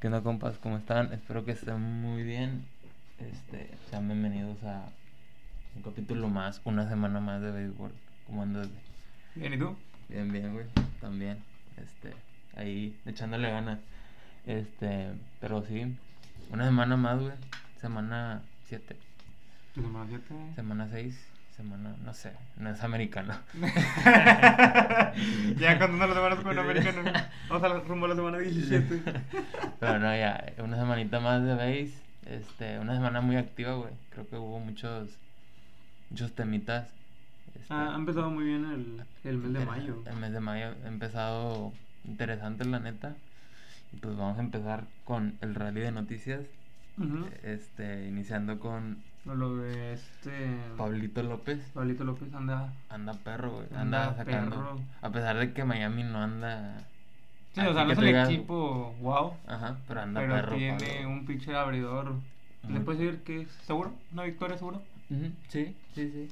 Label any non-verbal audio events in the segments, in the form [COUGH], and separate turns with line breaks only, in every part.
¿Qué onda, compas? ¿Cómo están? Espero que estén muy bien. Este, sean bienvenidos a un capítulo más, una semana más de béisbol. ¿Cómo andas? güey?
Bien, ¿y tú?
Bien, bien, güey. También. Este, ahí echándole ganas. Este, pero sí, una semana más, güey. Semana 7,
¿Tu semana 7?
semana 6, semana, no sé, no es americano.
[LAUGHS] ya contando las semanas con un americano.
[LAUGHS]
Vamos a la- rumbo a la semana 17.
Pero no, ya, una semanita más de base. Este, una semana muy activa, güey. Creo que hubo muchos muchos temitas. este,
Ah, ha empezado muy bien el, el mes de
inter-
mayo.
El mes de mayo ha empezado interesante, la neta. Y pues vamos a empezar con el rally de noticias.
Ujú.
Este, iniciando con
No, Lo de este.
Pablito Ah, López.
Pablito López anda.
Anda perro, güey. Anda,
Anda
sacando.
perro.
A pesar de que Miami no anda.
Sí,
así
o sea,
que
no es
tú
el
digas,
equipo wow.
Ajá, pero anda
pero
perro.
tiene
Pablo.
un pitcher abridor.
Ujú.
¿Les puedes decir que es seguro? ¿Una victoria seguro?
Ujú, Sí, sí, sí.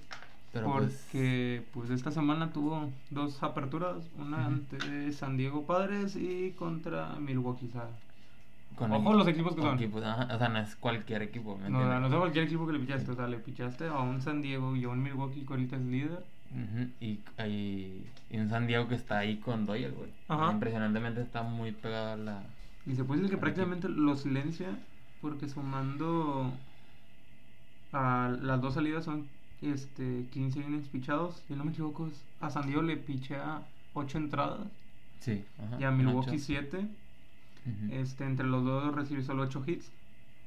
Pero pues-
Porque pues esta semana tuvo dos aperturas, una
Ujú.
ante San Diego Padres y contra Milwaukee. o sea,
Con
Ojo
equi-
los equipos que son.
equipos, ajá, o sea, no es cualquier equipo, ¿me
No,
entiendes?
no sé cualquier equipo que le pichaste, o sea, le pichaste a un San Diego y a un Milwaukee que ahorita es líder.
Ujú, y, hay y un San Diego que está ahí con Doyle, güey.
Ajá.
Impresionantemente está muy pegado a la...
Y se puede decir que
Al
prácticamente lo silencia porque sumando a las dos salidas son este 15 innings pichados, si no me equivoco, es- a San Diego le pichea 8 entradas
Sí, ajá,
y a
un
Milwaukee
Ah, ocho.
7.
Ujú.
Este, entre los dos recibió solo 8 hits.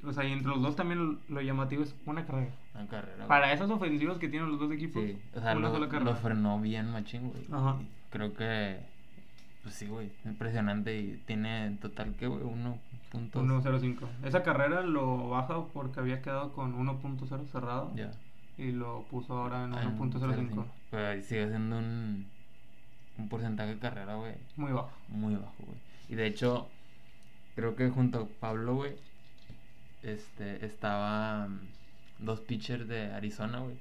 O sea, y entre los dos también lo llamativo es una carrera.
Una carrera, güey.
Para esos ofensivos que tienen los dos equipos,
Sí, o sea,
una
lo,
sola
lo
carrera.
frenó bien machín, güey.
Ajá.
Y Creo que... Pues sí, güey, impresionante y tiene en total, que güey? 1.0.
1.05. Esa carrera lo baja porque había quedado con 1.0 cerrado
Ya.
y lo puso ahora en
Ah, en
1.05.
0.5. Pero ahí sigue siendo un, un porcentaje de carrera, güey,
Muy bajo.
Muy bajo, güey. Y de hecho, creo que junto a Pablo, güey, este, estaba mm, dos pitchers de Arizona, güey.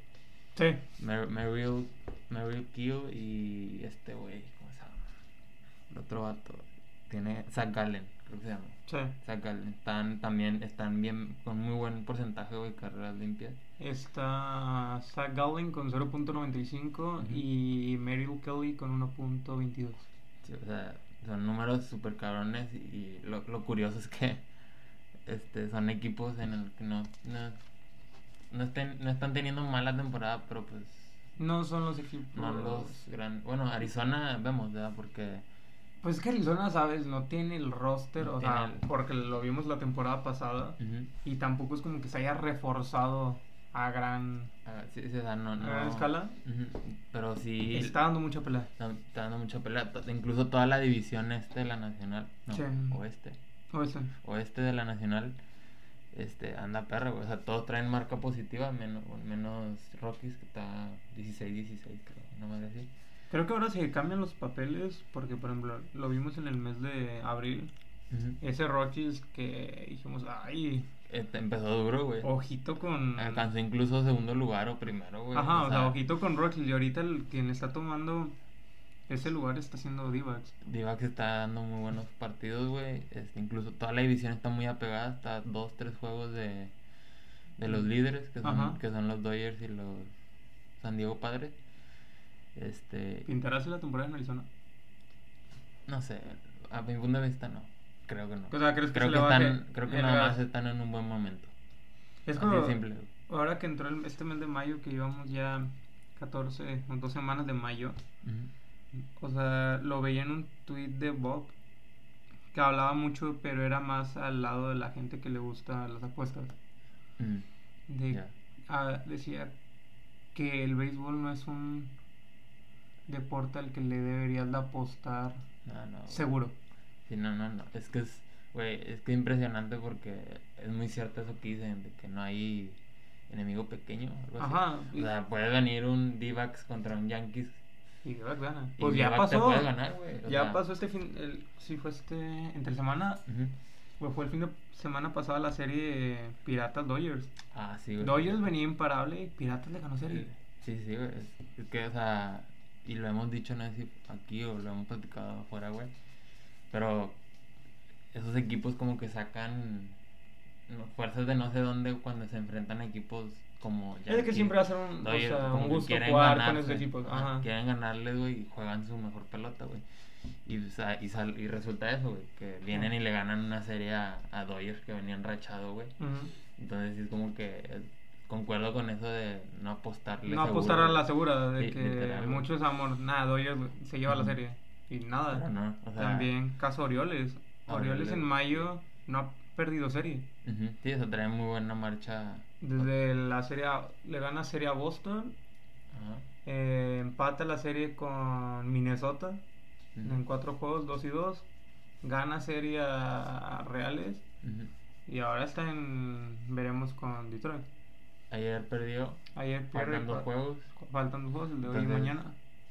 Sí.
Mer- Merrill, Merrill Keel y este, güey, ¿cómo se llama? El otro vato. Tiene Zach Gallen, creo que se llama.
Sí.
Zach Gallen. Están también, están bien, con muy buen porcentaje, güey, carreras limpias.
Está Zach Gallen con 0.95
Ujú.
y Merrill Kelly con 1.22.
Sí, o sea, son números súper cabrones y lo, lo curioso es que este son equipos en el que no, no, no, estén, no están teniendo mala temporada, pero pues
No son los equipos.
no los gran... Bueno, Arizona vemos, ¿verdad? Porque...
Pues es que Arizona, sabes, no tiene el roster,
No
o
tiene
sea,
el-
porque lo vimos la temporada pasada
ujú,
y tampoco es como que se haya reforzado a gran,
ah, sí, sí, o sea, no,
a
no-
gran escala.
ujú, Pero sí...
Está dando mucha pelea.
no, está dando mucha pelea. to- Incluso toda la división este de la nacional. No,
Sí.
oeste.
O sea,
Oeste de la nacional. Este, anda perro, güey. O sea, todos traen marca positiva, menos, menos Rockies, que está 16-16, creo, no más así.
Creo que ahora se cambian los papeles porque, por ejemplo, lo vimos en el mes de abril. Ese Rockies que dijimos, ay,
Este, empezó duro, güey.
ojito con...
Alcanzó incluso segundo lugar o primero, Ah, güey.
Ajá, o sea, ojito con Rockies. Y ahorita el, quien está tomando ese lugar está siendo Divax.
Divac está dando muy buenos partidos, güey. Este, incluso toda la división está muy apegada. Está dos, tres juegos de, de los líderes, que son,
Ajá.
que son los Dodgers y los San Diego Padres. Este,
¿Pintará así la temporada en Arizona?
No sé, a mi punto de vista no. Creo que no.
O sea, ¿crees que
creo
se
que
le baje
están, creo que
el
nada
gas?
más están en un buen momento.
Es
Así de
como
simple.
ahora que entró el- este mes de mayo, que llevamos ya 14 o dos semanas de mayo.
Ujú.
O sea, lo veía en un tweet de Bob que hablaba mucho, pero era más al lado de la gente que le gusta las apuestas.
Mm,
De,
ya.
ah, decía que el béisbol no es un deporte al que le deberías de apostar
No, no. güey.
seguro.
Sí, no, no, no. Es que es, güey, es que impresionante porque es muy cierto eso que dicen, de que no hay enemigo pequeño. Algo así.
Ajá.
O sea, puede venir un D-Backs contra un Yankees.
Y Divac gana.
y
Pues ya
D-backs te
pasó.
puede ganar, güey. O
Ya
sea,
pasó este fin. El, sí, fue este. Entre semana.
ujú.
o fue el fin de semana pasada la serie Piratas Dodgers.
Ah, sí, güey.
Dodgers venía imparable y Piratas le ganó serie.
Sí, sí, güey. Es, es que, o sea, y lo hemos dicho, no sé si aquí o lo hemos platicado afuera, güey. Pero es esos equipos como que sacan no, fuerzas de no sé dónde cuando se enfrentan a equipos como
Es de que
Yankees.
siempre va a ser un, o
Doy-
sea,
como
un
que
gusto
quieren
jugar
ganar,
con esos
pues,
equipos.
ajá,
Ajá.
Quieren ganarles, güey, y juegan su mejor pelota, güey. Y, o sea, y, sal- y resulta eso, güey, que vienen y le ganan una serie a, a Dodgers que venían rachado, güey.
Ujú.
Entonces sí es como que eh, concuerdo con eso de no apostarle
No apostar
seguro,
a la
güey.
segura de
Sí,
que
literal, güey.
muchos amor, nada, Dodgers se lleva la
Ujú.
serie y nada.
Pero no, o sea,
También caso Orioles. Orioles
Orioles.
en mayo no ha perdido serie.
ujú, Sí, eso trae muy buena marcha.
Desde la serie A- le gana serie a Boston,
Ajá,
eh, empata la serie con Minnesota
ujú,
en cuatro juegos, 2 y 2, gana serie a a Reales
ujú.
y ahora está en veremos con Detroit.
Ayer perdió,
Ayer pierde
faltan dos
cua-
juegos.
Faltan dos juegos, el de hoy y
Entonces,
mañana.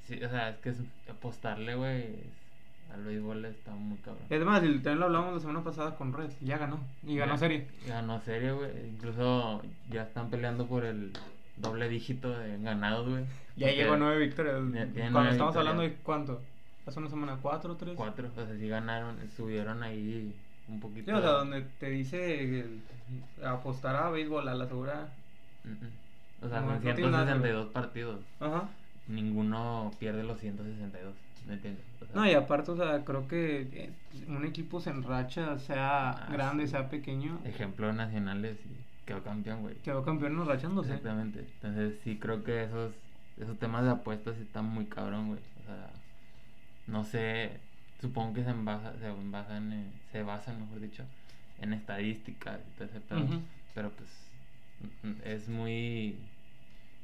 Sí, o sea, es que es- apostarle, güey, es- al béisbol está muy cabrón.
Es más, el- también lo hablamos la semana pasada con Red, ya ganó y ganó
Ya-
serie.
Ganó serie, güey. Incluso ya están peleando por el doble dígito de ganados, güey.
Ya
Porque
llegó nueve victorias.
Ya tiene
Cuando
nueve
estamos
victorias.
hablando de cuánto, hace una semana, cuatro, tres.
Cuatro, o sea, sí ganaron, subieron ahí un poquito.
Sí, o sea,
de-
donde te dice el- apostar a béisbol a la segura.
Mm, mm. O sea,
No,
son
no tiene nada,
162 partidos.
Ajá.
Ninguno pierde los 162, ¿me entiendes? O sea,
No, y aparte, o sea, creo que eh, un equipo se enracha, sea
Ah,
grande,
sí.
sea pequeño,
Ejemplos nacionales y quedó campeón, güey.
quedó campeón enrachándose.
Exactamente. Entonces sí creo que esos, esos temas de apuestas sí están muy cabrón, güey. O sea, no sé, supongo que se embasa- se basan, en- se basan, mejor dicho, en estadísticas y todo ese pedo.
Ujú.
Pero pues mm, mm, es muy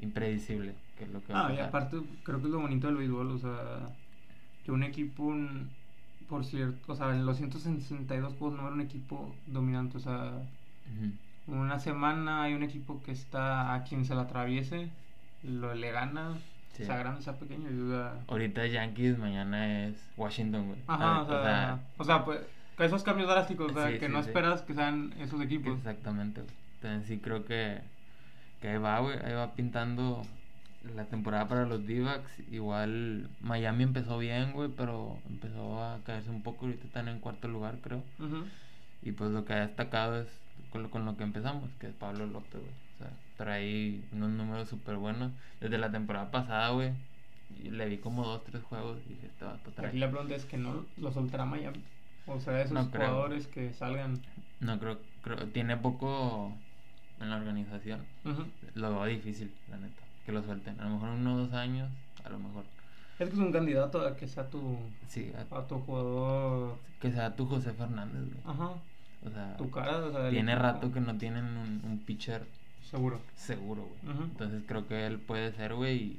impredecible que es lo que va
Ah,
a
y
pasar.
aparte, creo que es lo bonito del béisbol, o sea, que un equipo, un- por cierto, o sea, en los 162 juegos no era un equipo dominante, o sea,
Ujú.
una semana hay un equipo que está a quien se la atraviese, lo le gana,
Sí.
sea grande, sea pequeño, y, o sea,
Ahorita es Yankees, mañana es Washington, güey.
Ajá, o
¿sabes?
sea, o sea, pues que esos cambios drásticos, o sea,
Sí,
que
sí,
no
sí.
esperas que sean esos equipos.
Exactamente, güey. Entonces sí creo que, que ahí va, güey. Ahí va pintando la temporada para los D-Backs. Igual Miami empezó bien, güey, pero empezó a caerse un poco. Ahorita están en cuarto lugar, creo.
Ujú.
Y pues lo que ha destacado es con lo, con lo que empezamos, que es Pablo López, güey. O sea, trae unos números súper buenos. Desde la temporada pasada, güey, y le vi como dos, tres juegos y dije, este vato trae.
Aquí la pregunta es que no lo soltará Miami. O sea, esos
No creo.
jugadores que salgan.
No, creo, creo, tiene poco en la organización.
Ujú.
Lo veo difícil, la neta, que lo suelten. A lo mejor uno o dos años, a lo mejor.
Es que es un candidato a que sea tu,
Sí, a-
a tu jugador.
que sea tu José Fernández, güey.
Ajá,
O sea,
tu cara. O sea, del
tiene
equipo.
rato que no tienen un, un pitcher
Seguro.
seguro, güey.
Ujú.
Entonces creo que él puede ser, güey,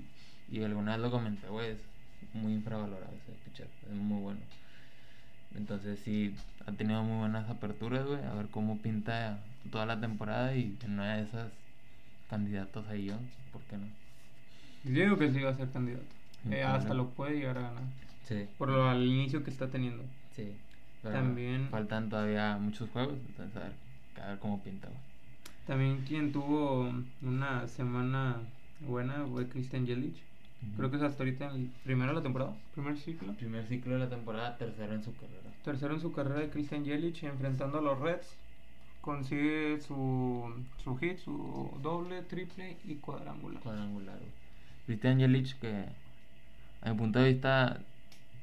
y, y alguna vez lo comenté, güey, es muy infravalorado ese pitcher, es muy bueno. Entonces sí, ha tenido muy buenas aperturas, güey, a ver cómo pinta toda la temporada y en una de esas candidatos ahí yo, ¿por qué no?
Yo digo que sí va a ser candidato.
Sin
Eh, hasta
problema.
lo puede llegar a ganar.
Sí.
Por lo, al inicio que está teniendo.
Sí. pero
También-
Faltan todavía muchos juegos, entonces a ver, a ver cómo pinta, güey.
También quien tuvo una semana buena fue Christian Yelich. Creo que es hasta ahorita el primero de la temporada, primer ciclo.
Primer ciclo de la temporada, tercero en su carrera.
Tercero en su carrera de Christian Yelich enfrentando a los Reds. Consigue su, su hit, su doble, triple y cuadrangular.
Cuadrangular, güey. Christian Yelich, que a mi punto de vista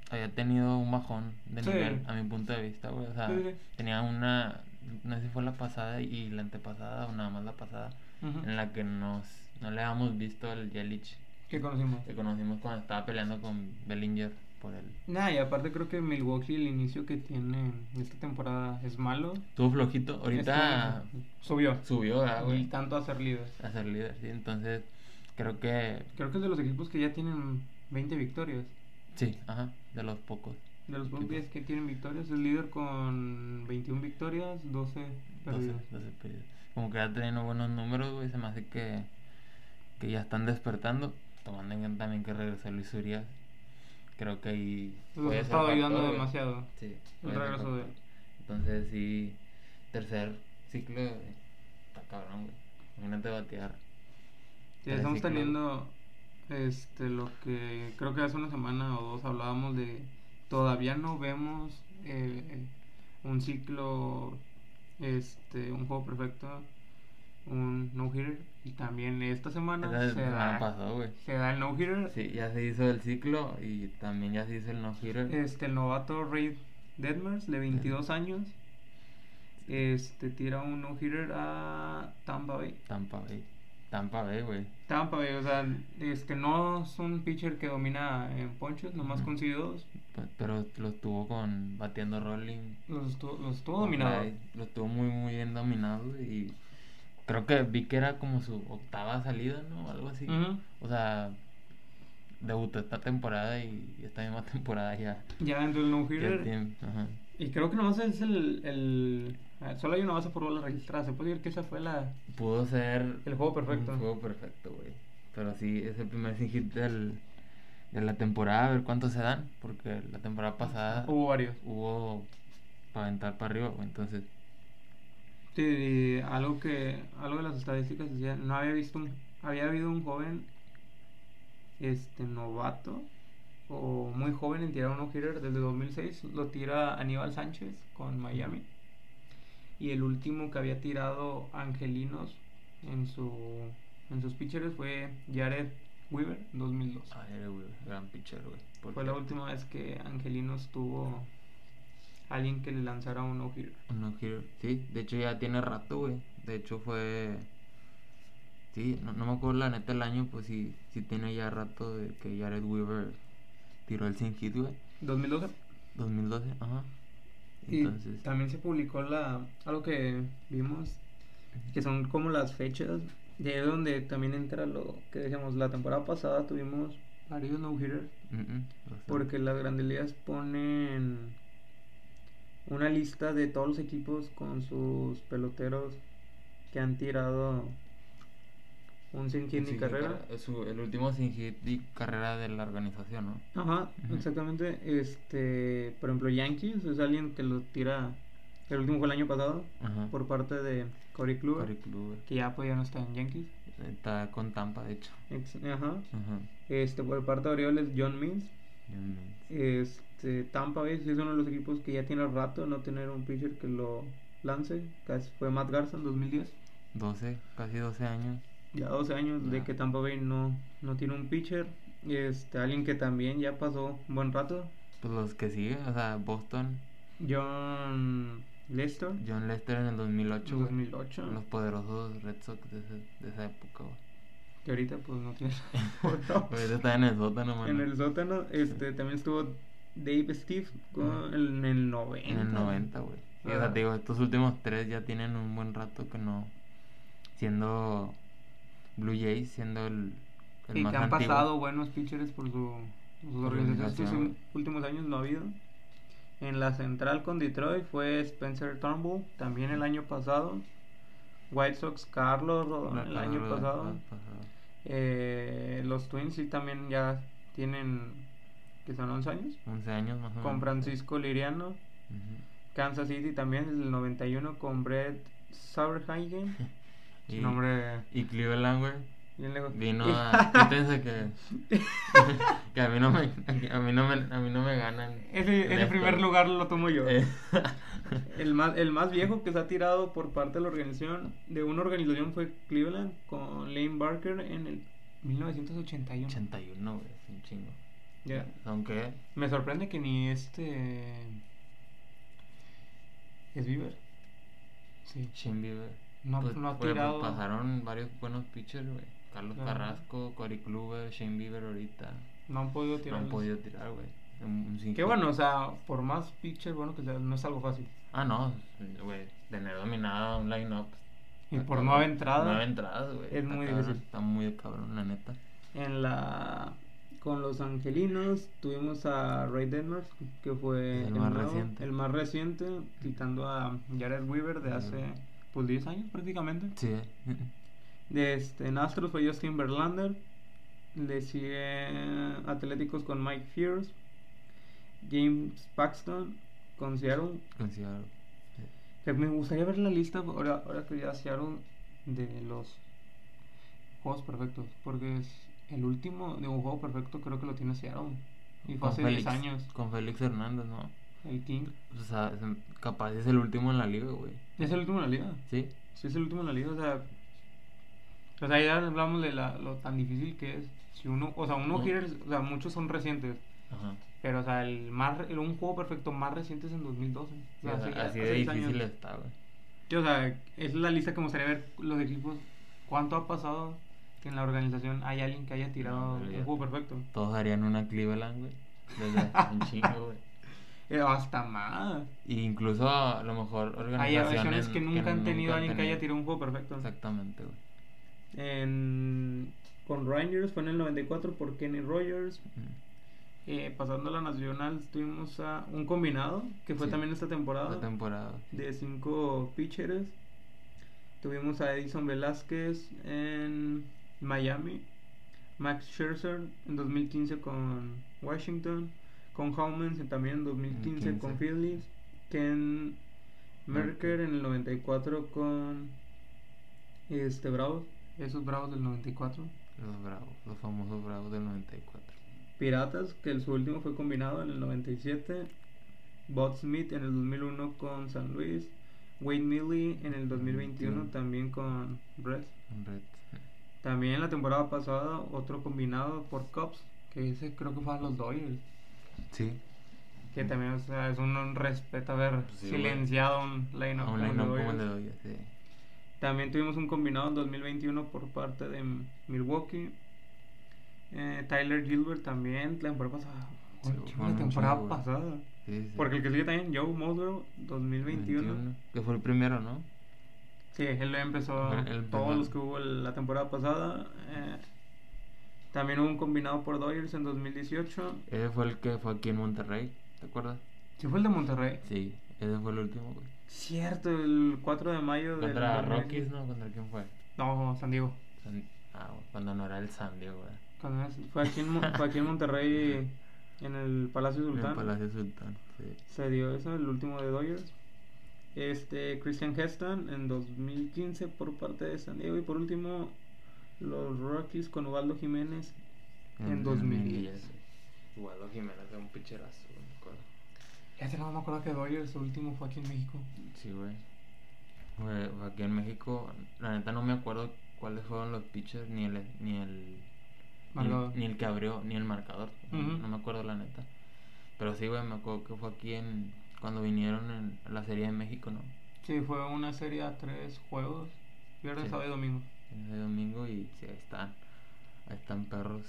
había tenido un bajón de
Sí.
nivel, a mi punto de vista, güey. O sea,
Sí, sí.
tenía una. No sé si fue la pasada y la antepasada, o nada más la pasada,
Ujú.
en la que nos, no le habíamos visto al Yelich
Que conocimos.
que conocimos cuando estaba peleando con Bellinger por el
Nah, y aparte creo que Milwaukee el inicio que tiene esta temporada es malo.
Estuvo flojito. Ahorita
Estuvo- subió.
subió ¿verdad,
Y
güey?
tanto a ser líder.
a ser líder, ¿sí? Entonces, creo que.
Creo que es de los equipos que ya tienen 20 victorias.
Sí, ajá, de los pocos.
De los
Equipos.
Buckeyes que tienen victorias, es líder con 21 victorias, 12
12,
perdidos.
12 perdidos. Como que ya teniendo buenos números, güey. Se me hace que, que ya están despertando. Tomando en cuenta también que regresó Luis Urias. Creo que ahí.
Los
puede
ha
ser
estado ayudando
factor, güey.
demasiado.
Sí,
El
puede ser
regreso de
factor.
él.
Entonces, sí, tercer ciclo. güey, Está cabrón, güey. Imagínate batear.
Ya
Tres
estamos
ciclos.
teniendo este lo que creo que hace una semana o dos hablábamos de todavía no vemos eh, un ciclo, este, un juego perfecto, un no-hitter. Y también esta semana
Esa
se,
semana
da,
ah, pasó, güey.
se da el no-hitter.
Sí, ya se hizo el ciclo y también ya se hizo el no-hitter.
Este, el novato Reid Detmers, de 22 años, este, tira un no-hitter a Tampa Bay.
Tampa Bay. Tampa Bay, güey.
Tampa Bay, o sea, este, no es un pitcher que domina en ponches, nomás
Ujú.
consigue dos.
Pe- Pero lo estuvo con batiendo rolling.
Los estuvo, los estuvo
O
dominado.
sea, Lo estuvo muy, muy bien dominado güey, y creo que vi que era como su octava salida, ¿no? Algo así.
Ujú.
O sea, debutó esta temporada y y esta misma temporada ya.
Ya dentro del
ya
no-hitter.
tiene- ajá.
Y creo que nomás es el. el ah, solo hay una base por bola registrada. Se puede decir que esa fue la.
Pudo ser.
El juego perfecto.
Un juego perfecto, güey. Pero sí, es el primer sin hit del, de la temporada, a ver cuántos se dan. Porque la temporada pasada
Hubo varios.
hubo para aventar para arriba, güey, entonces.
Sí, y algo que. Algo de las estadísticas decía. No había visto un. Había habido un joven. Este, novato. O muy joven en tirar un no-hitter desde 2006. Lo tira Aníbal Sánchez con Miami. Y el último que había tirado Angelinos en su. En sus pitchers fue Jared Weaver, 2002.
Ayer, güey, gran pitcher, güey. por
Fue la
cierto.
última vez que Angelinos tuvo alguien que le lanzara un no-hitter.
No quiero. Sí, de hecho ya tiene rato, güey. De hecho fue. Sí, no, no me acuerdo la neta el año, pues sí, sí tiene ya rato de que Jared Weaver tiró el sin hit, güey.
2012.
2012, ajá.
Y
Entonces.
también se publicó la algo que vimos que son como las fechas de ahí es donde también entra lo que decíamos la temporada pasada tuvimos varios no hitters
mm, mm, o sea,
porque las grandes ligas ponen una lista de todos los equipos con sus peloteros que han tirado un sin hit
sin
ni
hit
carrera.
carrera- es su- el último sin hit y carrera de la organización, ¿no?
Ajá,
Ujú.
exactamente. Este, por ejemplo, Yankees es alguien que lo tira. El último fue el año pasado
Ajá.
por parte de Corey Kluber,
Corey Kluber.
que ya pues ya no está en Yankees.
Está con Tampa, de hecho.
Ex- Ajá.
Ajá.
Este, por parte de Orioles, John Means.
John Means.
Este, Tampa Bay sí es uno de los equipos que ya tiene rato de no tener un pitcher que lo lance. Casi fue Matt Garza en 2010.
12, casi 12 años.
Ya 12 años de
Ya.
que Tampa Bay no, no tiene un pitcher. Este, alguien que también ya pasó un buen rato.
Pues los que siguen, o sea, Boston,
John Lester.
John Lester en el 2008, güey.
2008.
Los poderosos Red Sox de, ese- de esa época, güey.
[LAUGHS] Que ahorita pues no [LAUGHS] tiene.
Ahorita
Pues,
está en el sótano, mano.
en el sótano, este también estuvo Dave Steve con- en el 90.
En el 90, güey. Y, O sea,
Ah.
te digo, estos últimos tres ya tienen un buen rato que no. Siendo Blue Jays, siendo el, el
Y
más
que han
antiguo.
pasado buenos pitchers por su, por sus organizaciones. Estos
Organización.
últimos años no ha habido. En la central con Detroit fue Spencer Turnbull, también el año pasado. White Sox Carlos Rodón,
La-
el
la-
año
la-
pasado.
la- pasado.
Eh, los Twins sí también ya tienen, que son 11 años.
11 años más o menos.
Con Francisco Liriano.
Ujú.
Kansas City también desde el 91 con Brett Sauerhagen.
Y,
Nombre
y Cleveland, güey.
bien lejos. [LAUGHS]
Vino
Y-
a. ¿Qué piensas
[LAUGHS]
que.? [LAUGHS] que a mí no me. A mí no me, a mí no me ganan.
Ese-
en
ese
esto.
primer lugar lo tomo yo.
Eh.
El más, el más
[LAUGHS]
viejo que se ha tirado por parte de la organización, de una organización fue Cleveland con Lane Barker en el 1981.
81, güey, es un chingo.
Ya.
Aunque
Me sorprende que ni este es Bieber. Sí.
Shin Bieber.
No,
pues,
no ha
güey, pues,
tirado.
pasaron varios buenos pitchers, güey. Carlos
Claro.
Carrasco, Cory Kluber, Shane Bieber ahorita.
No han podido tirar.
No han
los-
podido tirar, güey. Un- un sin
Qué
hit.
bueno, o sea, por más pitcher bueno que sea, no es algo fácil.
Ah, no, güey. Tener dominado un line-up.
Y
está
por
cabrón.
nueve entradas.
Nueve entradas, güey.
es
está
muy
cabrón,
difícil.
Está muy cabrón, la neta.
En la con los angelinos tuvimos a Ray Denmark, que fue
El más reciente.
el más reciente, quitando a Jared Weaver de hace
Ujú.
pues 10 años prácticamente.
Sí. eh, [LAUGHS]
De este, en Astros fue Justin Verlander. Le sigue Atléticos con Mike Fierce, James Paxton con Seattle.
Considero.
Que me gustaría ver la lista ahora, ahora que ya Seattle de los juegos perfectos. Porque es el último de un juego perfecto creo que lo tiene Seattle. Y fue hace 10 años.
Con Félix Hernández, ¿no?
el King.
O sea, es- capaz es el último en la liga, güey.
Es el último en la liga.
Sí.
Sí, es el último en la liga, o sea. O sea, ya hablamos de la- lo tan difícil que es. Si uno, o sea, uno
Ujú.
quiere, o sea, muchos son recientes,
Ajá.
pero o sea, el más, re- el- un juego perfecto más reciente es en 2012. O
Sí,
sea,
o sea,
hace ya-
así
hace
de
diez
difícil
años.
está, güey.
Sí, o sea, esa es la lista que me gustaría ver los equipos. ¿Cuánto ha pasado que en la organización hay alguien que haya
No,
tirado un
olvídate.
juego perfecto?
Todos harían una Cleveland, güey.
[LAUGHS]
Desde hace un chingo, güey.
Eh, hasta más.
Y incluso a lo mejor
Hay
organizaciones
versiones que nunca han tenido
nunca
alguien que haya tirado un juego perfecto.
Exactamente, güey.
En- con Rangers fue en el 94 por Kenny Rogers.
Ujú.
Eh, pasando a la nacional, tuvimos a un combinado que fue
Sí.
también esta temporada
Esta temporada.
de cinco pitchers. Tuvimos a Edison Velázquez en Miami, Max Scherzer en 2015 con Washington, con Howmans en- también en 2015 con
15.
Phillies, Ken Merker
Merker.
en el 94 con este Bravos, esos Bravos del 94.
Los bravos, los famosos bravos del 94.
Piratas, que el- su último fue combinado en el 97. Bob Smith en el 2001 con San Luis. Wade Milley en el 2021
21.
también con Brett.
En red.
También la temporada pasada otro combinado por Cubs, que ese creo que fue a los Doyles.
Sí.
Que también o sea, es un, un respeto haber
Pues sí, güey.
silenciado un
No,
line-up como
Online
el
no
de
como
Doyles.
el de hoy, sí.
También tuvimos un combinado en 2021 por parte de M- Milwaukee. Eh, Tyler Gilbert también, la temporada pasada.
Sí,
Oye,
fue
la
un
temporada
chingo, güey.
pasada.
Sí, sí.
Porque el que sigue también, Joe Musgrove, 2021.
Que fue el primero, ¿no?
Sí, él empezó
Él- él
todos
empezó.
los que hubo el- la temporada pasada. Eh, también hubo un combinado por Dodgers en 2018.
Ese fue el que fue aquí en Monterrey, ¿te acuerdas?
¿Sí fue el de Monterrey?
Sí, ese fue el último, güey.
Cierto, el 4 de mayo del
Contra
2020.
Rockies, ¿no? ¿Contra quién fue?
No, San Diego.
San- Ah, güey, cuando no era el San Diego, güey.
Cuando es- Fue aquí, en, Mon- fue aquí en Monterrey, en el Palacio
En
Sultán.
el Palacio Sultán, sí.
Se dio eso, el último de Dodgers. Este, Christian Heston en 2015 por parte de San Diego. Y por último, los Rockies con Ubaldo Jiménez. En 2010.
Igual Jiménez de un picherazo, me acuerdo.
Ya no me acuerdo que Dodgers, su último fue aquí en México.
Sí, güey. Güey, fue aquí en México, la neta no me acuerdo cuáles fueron los pitchers, ni el... Ni el ni el-
Marcador.
Ni, el que abrió, ni el marcador. no-
Ujú.
No me acuerdo la neta. Pero sí, güey, me acuerdo que fue aquí en... Cuando vinieron en la Serie de México, ¿no?
Sí, fue una serie a tres juegos. Viernes,
Sí.
sábado y domingo.
Ese domingo y sí, ahí están. Ahí están perros.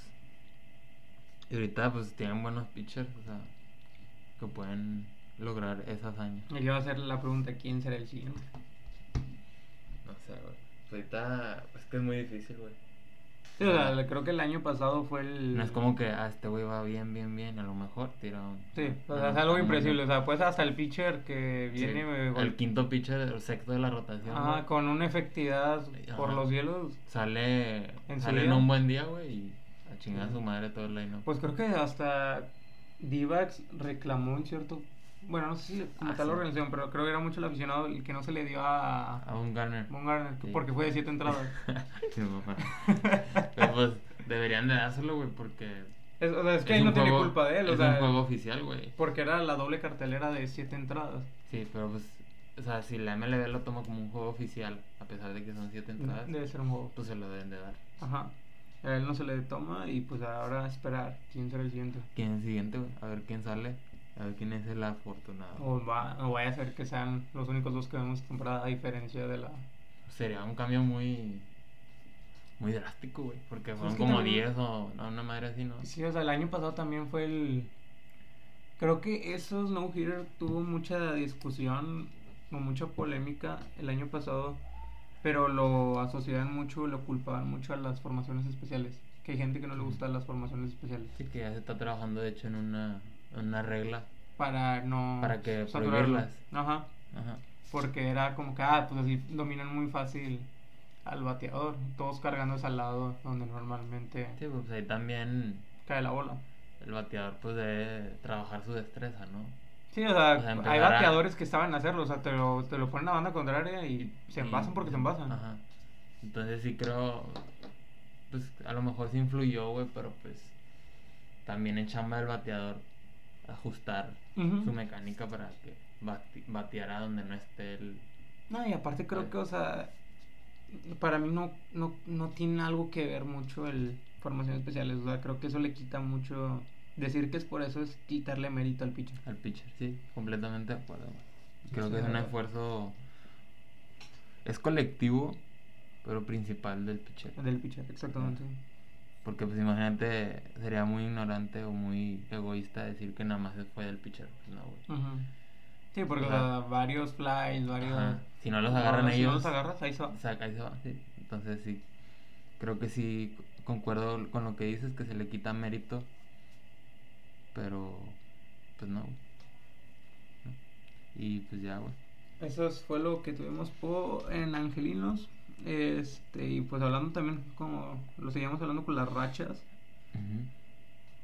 Y ahorita pues tienen buenos pitchers, o sea, que pueden lograr esa hazaña.
Y le iba a hacer la pregunta, ¿quién será el siguiente?
No sé, güey. Pues Ahorita es que es muy difícil, güey.
Sí, o sea, le- creo que el año pasado fue el...
No es como que ah, este güey va bien, bien, bien, a lo mejor tira un...
Sí, o sea,
una-
es algo
una-
impresible. O sea, pues hasta el pitcher que
Sí,
viene... Ah, eh,
el
gol-
quinto pitcher, el sexto de la rotación.
Ajá,
güey.
con una efectividad por
Ajá.
los cielos.
Sale
¿En serio?
en, sale en un buen día, güey, y a chingar
Sí.
a su madre todo el line
Pues creo que hasta Divax reclamó un cierto... Bueno, no sé si como
Ah,
tal la
sí.
organización, pero creo que era mucho el aficionado el que no se le dio
A
a
un Garner.
Von Garner, que-
Sí.
porque fue de siete entradas.
[LAUGHS]
[LAUGHS]
Sí, mamá. Pero pues deberían de dárselo, güey, porque.
Es, o sea, es que
es
ahí
un
no tiene
juego-
culpa de él, o
es
sea...
un juego oficial, güey.
Porque era la doble cartelera de siete entradas.
Sí, pero pues. O sea, si la MLB lo toma como un juego oficial, a pesar de que son siete
Mm,
entradas,
Debe ser un juego.
pues se lo deben de dar.
Ajá. A él no se le toma y pues ahora a esperar quién será el siguiente.
¿Quién es el siguiente, güey? A ver quién sale. A ver quién es el afortunado.
O, va, o vaya a ser que sean los únicos dos que vemos temporada a diferencia de la...
Sería un cambio muy. Muy drástico, güey. Porque
Pues
fueron
es que
como
también-
10 o no, una madre así, ¿no?
Sí, o sea, el año pasado también fue el... Creo que esos no-hitter tuvo mucha discusión o mucha polémica el año pasado, pero lo asociaban mucho, lo culpaban mucho a las formaciones especiales. Que hay gente que no le gustan las formaciones especiales.
Así que ya se está trabajando, de hecho, en una, en una regla.
Para no...
Para que
saturarlo.
prohibirlas.
Ajá.
Ajá.
Porque era como que, ah, pues así dominan muy fácil al bateador. Todos cargándose al lado donde normalmente
Sí, pues ahí también
cae la bola.
el bateador pues debe trabajar su destreza, ¿no?
Sí, o sea,
O sea, empezar
hay
a-
bateadores que saben hacerlo. O sea, te lo, te lo ponen a banda contraria y se
Y-
envasan porque se envasan.
Ajá. Entonces sí creo, pues a lo mejor sí influyó, güey, pero pues también en chamba del bateador ajustar
Ujú.
su mecánica para que bati- bateara donde no esté el...
No, y aparte creo
Vale.
que, o sea, para mí no, no, no tiene algo que ver mucho el formación especiales. O sea, creo que eso le quita mucho. Decir que es por eso es quitarle mérito al pitcher.
Al pitcher, sí, completamente de acuerdo. güey. Creo
Sí,
que es un
¿verdad?
esfuerzo. Es colectivo, pero principal del pitcher.
Del pitcher, exactamente.
Porque, pues, imagínate, sería muy ignorante o muy egoísta decir que nada más se fue del pitcher. Pues, no, güey.
Ujú. Sí, porque o
Ajá.
sea, varios flies, varios.
Ajá. Si no los agarran
No, si no
ellos.
los agarras, ahí se va.
o sea, ahí se va, sí. Entonces, sí. Creo que sí concuerdo con lo que dices, que se le quita mérito. Pero, pues, no, güey. No. Y, pues, ya, güey.
Eso fue lo que tuvimos por, en Angelinos. Este, y pues hablando también, como lo seguíamos hablando con las rachas,
Ujú.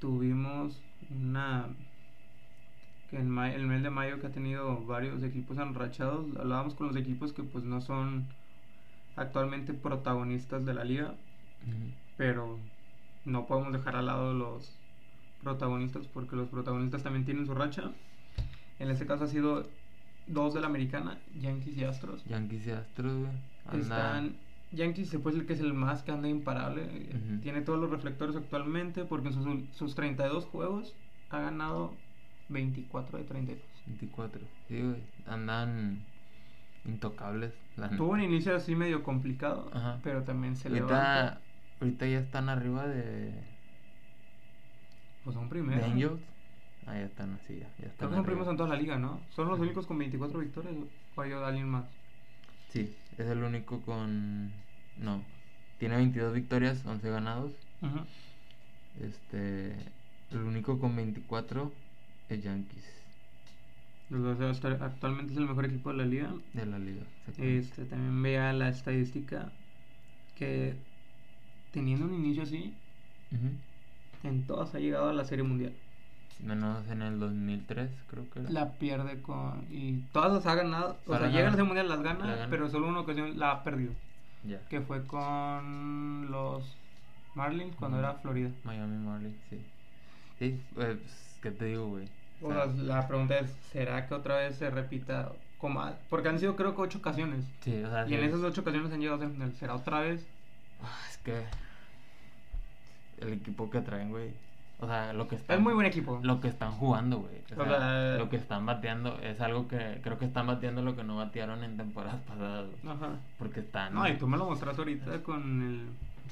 tuvimos una. Que en ma- el mes de mayo que ha tenido varios equipos enrachados. Hablábamos con los equipos que pues no son actualmente protagonistas de la liga,
Ujú.
pero no podemos dejar al lado los protagonistas porque los protagonistas también tienen su racha. En este caso ha sido dos de la americana, Yankees y Astros.
Yankees y Astros, güey.
Están. Yankees se puede decir que es el más que anda imparable. eh,
Ujú.
Tiene todos los reflectores actualmente porque en sus, sus 32 juegos ha ganado 24 de 32.
24. Sí, güey. Andan intocables. La neta.
Tuvo un inicio así medio complicado,
Mm. Ajá.
pero también se
ahorita,
levanta.
ahorita ya están arriba de,
Pues son
de
primeros.
Angels. Ah, ya están así, ya. ya
Creo
están
que son
arriba.
primos en toda la liga, ¿no? Son los
Ujú.
únicos con 24 victorias. ¿O hay alguien más?
Sí, es el único con... No. Tiene 22 victorias, 11 ganados.
Ujú.
Este... El único con 24 es Yankees
Los dos actual- Actualmente es el mejor equipo de la liga.
de la liga. exactamente.
Este, también vea la estadística que teniendo un inicio así,
Ujú.
En todas ha llegado a la Serie Mundial.
Menos en el 2003, creo que era.
La pierde con. Y todas las ha ganado. O
Todas
sea, llega
las
a la
gana.
Serie Mundial, las gana,
La gana.
pero solo una ocasión la ha perdido.
Ya.
Que fue con los Marlins cuando
Ujú.
era Florida.
Miami Marlins, sí. Sí, eh, pues, ¿qué te digo, güey? O
O
sea,
sea, la pregunta es: ¿será que otra vez se repita? Como, a- porque han sido, creo que, ocho ocasiones.
sí, o sea,
Y en
sí,
esas ocho ocasiones han llegado a Serie Mundial. ¿Será otra vez?
Ah, Es que el equipo que traen, güey. O sea, lo que están,
Es muy buen equipo.
Lo que están jugando, güey. O
O
sea,
sea-
lo que están bateando es algo que creo que están bateando lo que no batearon en temporadas [LAUGHS] pasadas, güey.
Ajá.
Porque están.
No, y tú me lo mostraste ahorita con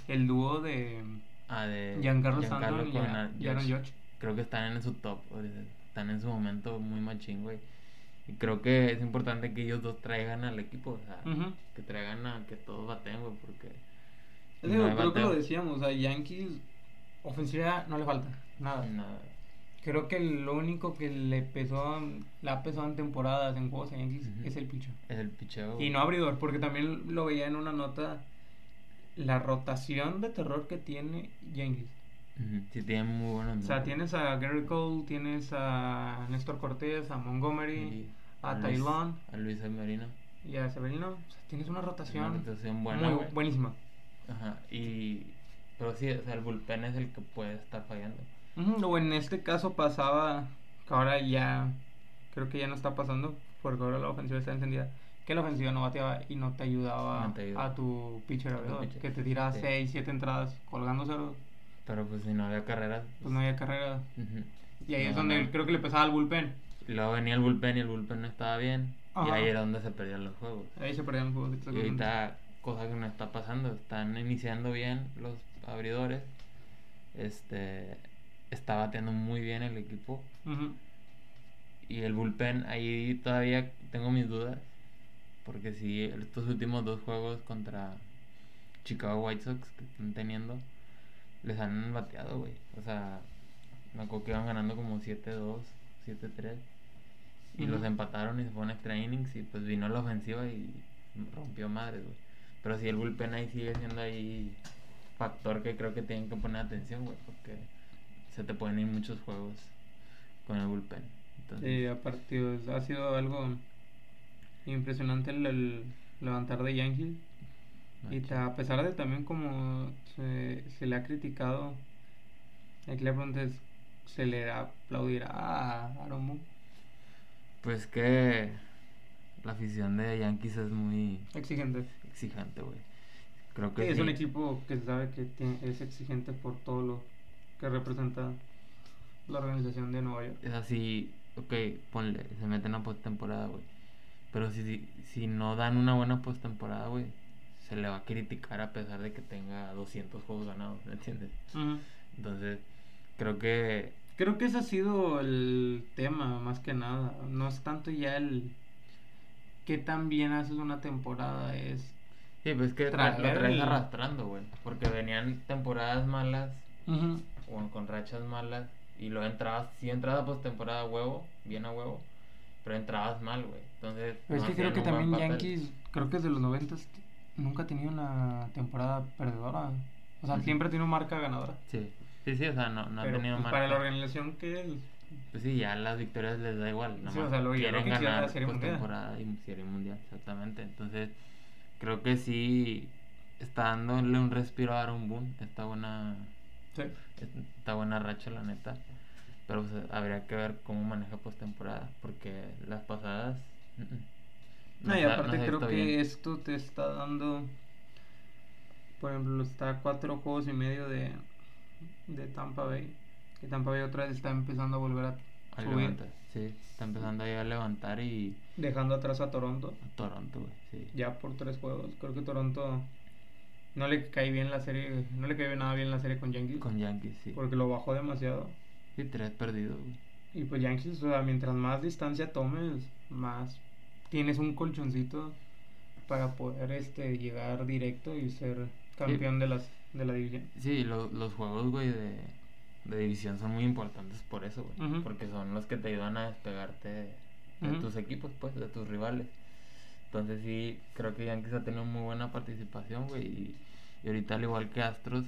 el, el dúo de
ah, de
Giancarlo Stanton y
Correa-
Aaron Judge.
creo que están en su top, o sea, están en su momento muy machín, güey. Y creo que es importante que ellos dos traigan al equipo, o sea,
Ujú.
que traigan a que todos baten, güey, porque
Es
no
digo,
hay
creo que lo
bateo.
decíamos, o sea, Yankees ofensiva no le falta nada.
nada.
Creo que lo único que le pesó, en- le ha pesado en temporadas, en juegos a Yankees,
Ujú. Oh.
es el pitcher.
Es el picheo.
Y no abridor, porque también lo veía en una nota, la rotación de terror que tiene Yankees.
Ujú, Sí, tiene muy buenos
O sea,
nombres.
tienes a Gary Cole, tienes a Néstor Cortés, a Montgomery
Sí,
a
Luis-
Tailón.
A Luis Severino.
y a Severino. O sea, tienes una rotación,
Una rotación
muy
buena, güey.
buenísima.
Ajá, y... Pero sí, o sea, el bullpen es el que puede estar fallando.
Ujú, O en este caso pasaba, que ahora ya creo que ya no está pasando, porque ahora la ofensiva está encendida, que la ofensiva no bateaba y no te ayudaba
No te ayuda.
a tu pitcher,
A tu
abridor,
pitcher.
que te tiraba
Sí.
6, 7 entradas colgando cero,
Pero pues si no había carreras...
pues no había carrera.
ujú.
Y ahí
No
es donde
ganaba.
creo que le pesaba al bullpen.
Y Luego venía el bullpen y el bullpen no estaba bien. Y
Ajá.
ahí era donde se perdían los juegos.
Ahí se perdían juegos.
Y ahorita, cosa que no está pasando, están iniciando bien los abridores. Este... Está bateando muy bien el equipo.
Ujú.
Y el bullpen, ahí todavía tengo mis dudas. Porque si estos últimos dos juegos contra Chicago White Sox que están teniendo, les han bateado, güey. O sea, me acuerdo que iban ganando como 7-2, 7-3. Y los
Ujú.
empataron y se fueron a extra innings. Y pues vino la ofensiva y rompió madres, güey. Pero si el bullpen ahí sigue siendo ahí factor que creo que tienen que poner atención, güey. Porque se te pueden ir muchos juegos con el bullpen. Entonces,
Sí, aparte o sea, Eh, ha sido algo impresionante el, el levantar de Yankees. Y
macho.
ta- a pesar de también como se, se le ha criticado, aquí la pregunta es, se le aplaudirá a Aaron Boone.
Pues que la afición de Yankees es muy
Exigente.
exigente, güey. Creo
Sí,
que
es un
sí.
equipo que se sabe que tiene- es exigente por todo lo que representa la organización de Nueva York.
Es así, ok, ponle, se meten a postemporada, güey. Pero si, si, si no dan una buena postemporada, güey, se le va a criticar a pesar de que tenga 200 juegos ganados, ¿me entiendes? Entonces, creo que
Creo que ese ha sido el tema, más que nada. No es tanto ya el qué tan bien haces una temporada, es.
Sí, pues es que tra- lo
Traer
traes
el-
arrastrando, güey. Porque venían temporadas malas, o con rachas malas, y luego entrabas, sí entrabas a postemporada a huevo, bien a huevo, pero entrabas mal, güey. Entonces,
Pero es
no
que creo
hacían
que
un buen
también
papel.
Yankees, creo que desde los 90 nunca ha tenido una temporada perdedora. O sea,
Ujú.
siempre tiene una marca ganadora.
Sí, sí, sí, o sea, no, no han
Pero,
tenido
pues,
mal.
para la organización que es,
Pues sí, ya las victorias les da igual. Nomás
o sea, lo- ya lo
quieren
que quieran
ganar
la Serie Mundial.
postemporada y Serie Mundial, exactamente. Entonces, creo que sí está dándole un respiro a Aaron Boone. Está buena
sí.
Está buena racha, la neta. Pero pues, habría que ver cómo maneja postemporada. Porque las pasadas. mm, mm,
No, y
se ha-
aparte
se ha
creo
visto
que
bien.
esto te está dando, por ejemplo, está a cuatro juegos y medio de, de Tampa Bay, que Tampa Bay otra vez está empezando a volver a
Al
subir,
levantar, Sí, está empezando ahí a levantar y.
dejando atrás a Toronto,
a Toronto, güey. Sí.
ya por tres juegos. Creo que Toronto no le cae bien la serie, no le cayó nada bien la serie con Yankees,
Con Yankees, sí.
porque lo bajó demasiado.
Sí, tres perdidos, güey.
Y pues Yankees, o sea, mientras más distancia tomes, más tienes un colchoncito para poder este llegar directo y ser campeón de las de la división.
Sí, lo- los juegos, güey, de, de división son muy importantes por eso, güey.
Ujú.
Porque son los que te ayudan a despegarte de, de
Ujú.
tus equipos, pues, de tus rivales. Entonces sí, creo que Yankees ha tenido muy buena participación, güey. Y, y ahorita al igual que Astros,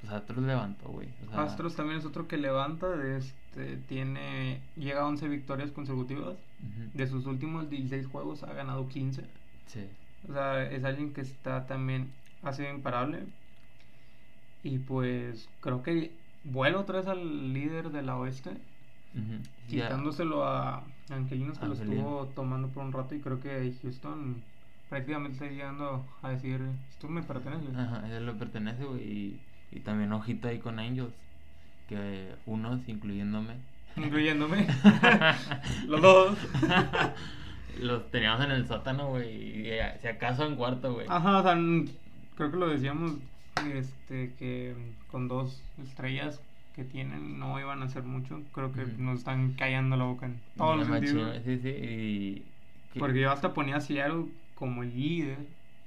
pues Astros levantó, güey. o sea,
Astros también es otro que levanta, este tiene llega a 11 victorias consecutivas.
ujú,
De sus últimos 16 juegos ha ganado 15.
Sí.
O sea, es alguien que está también así de imparable. Y pues creo que vuelve otra vez al líder de la oeste.
ujú, ya-
quitándoselo a Angelinos que
Angelino.
lo estuvo tomando por un rato y creo que Houston prácticamente está llegando a decir, tú me perteneces.
Ajá, ella le pertenece, güey. Y, y también ojito ahí con Angels. Que unos, incluyéndome.
Incluyéndome.
[LAUGHS]
[LAUGHS] Los dos.
Los teníamos en el sótano, güey. y, eh, Si acaso en cuarto, güey.
Ajá, o sea, n- creo que lo decíamos este, que con dos estrellas que tienen no iban a hacer mucho. Creo que
Ujú.
nos están callando la boca en todos los
Bien machín,
sentidos.
güey, Sí, sí. Y que-
Porque yo hasta ponía a Seattle como el líder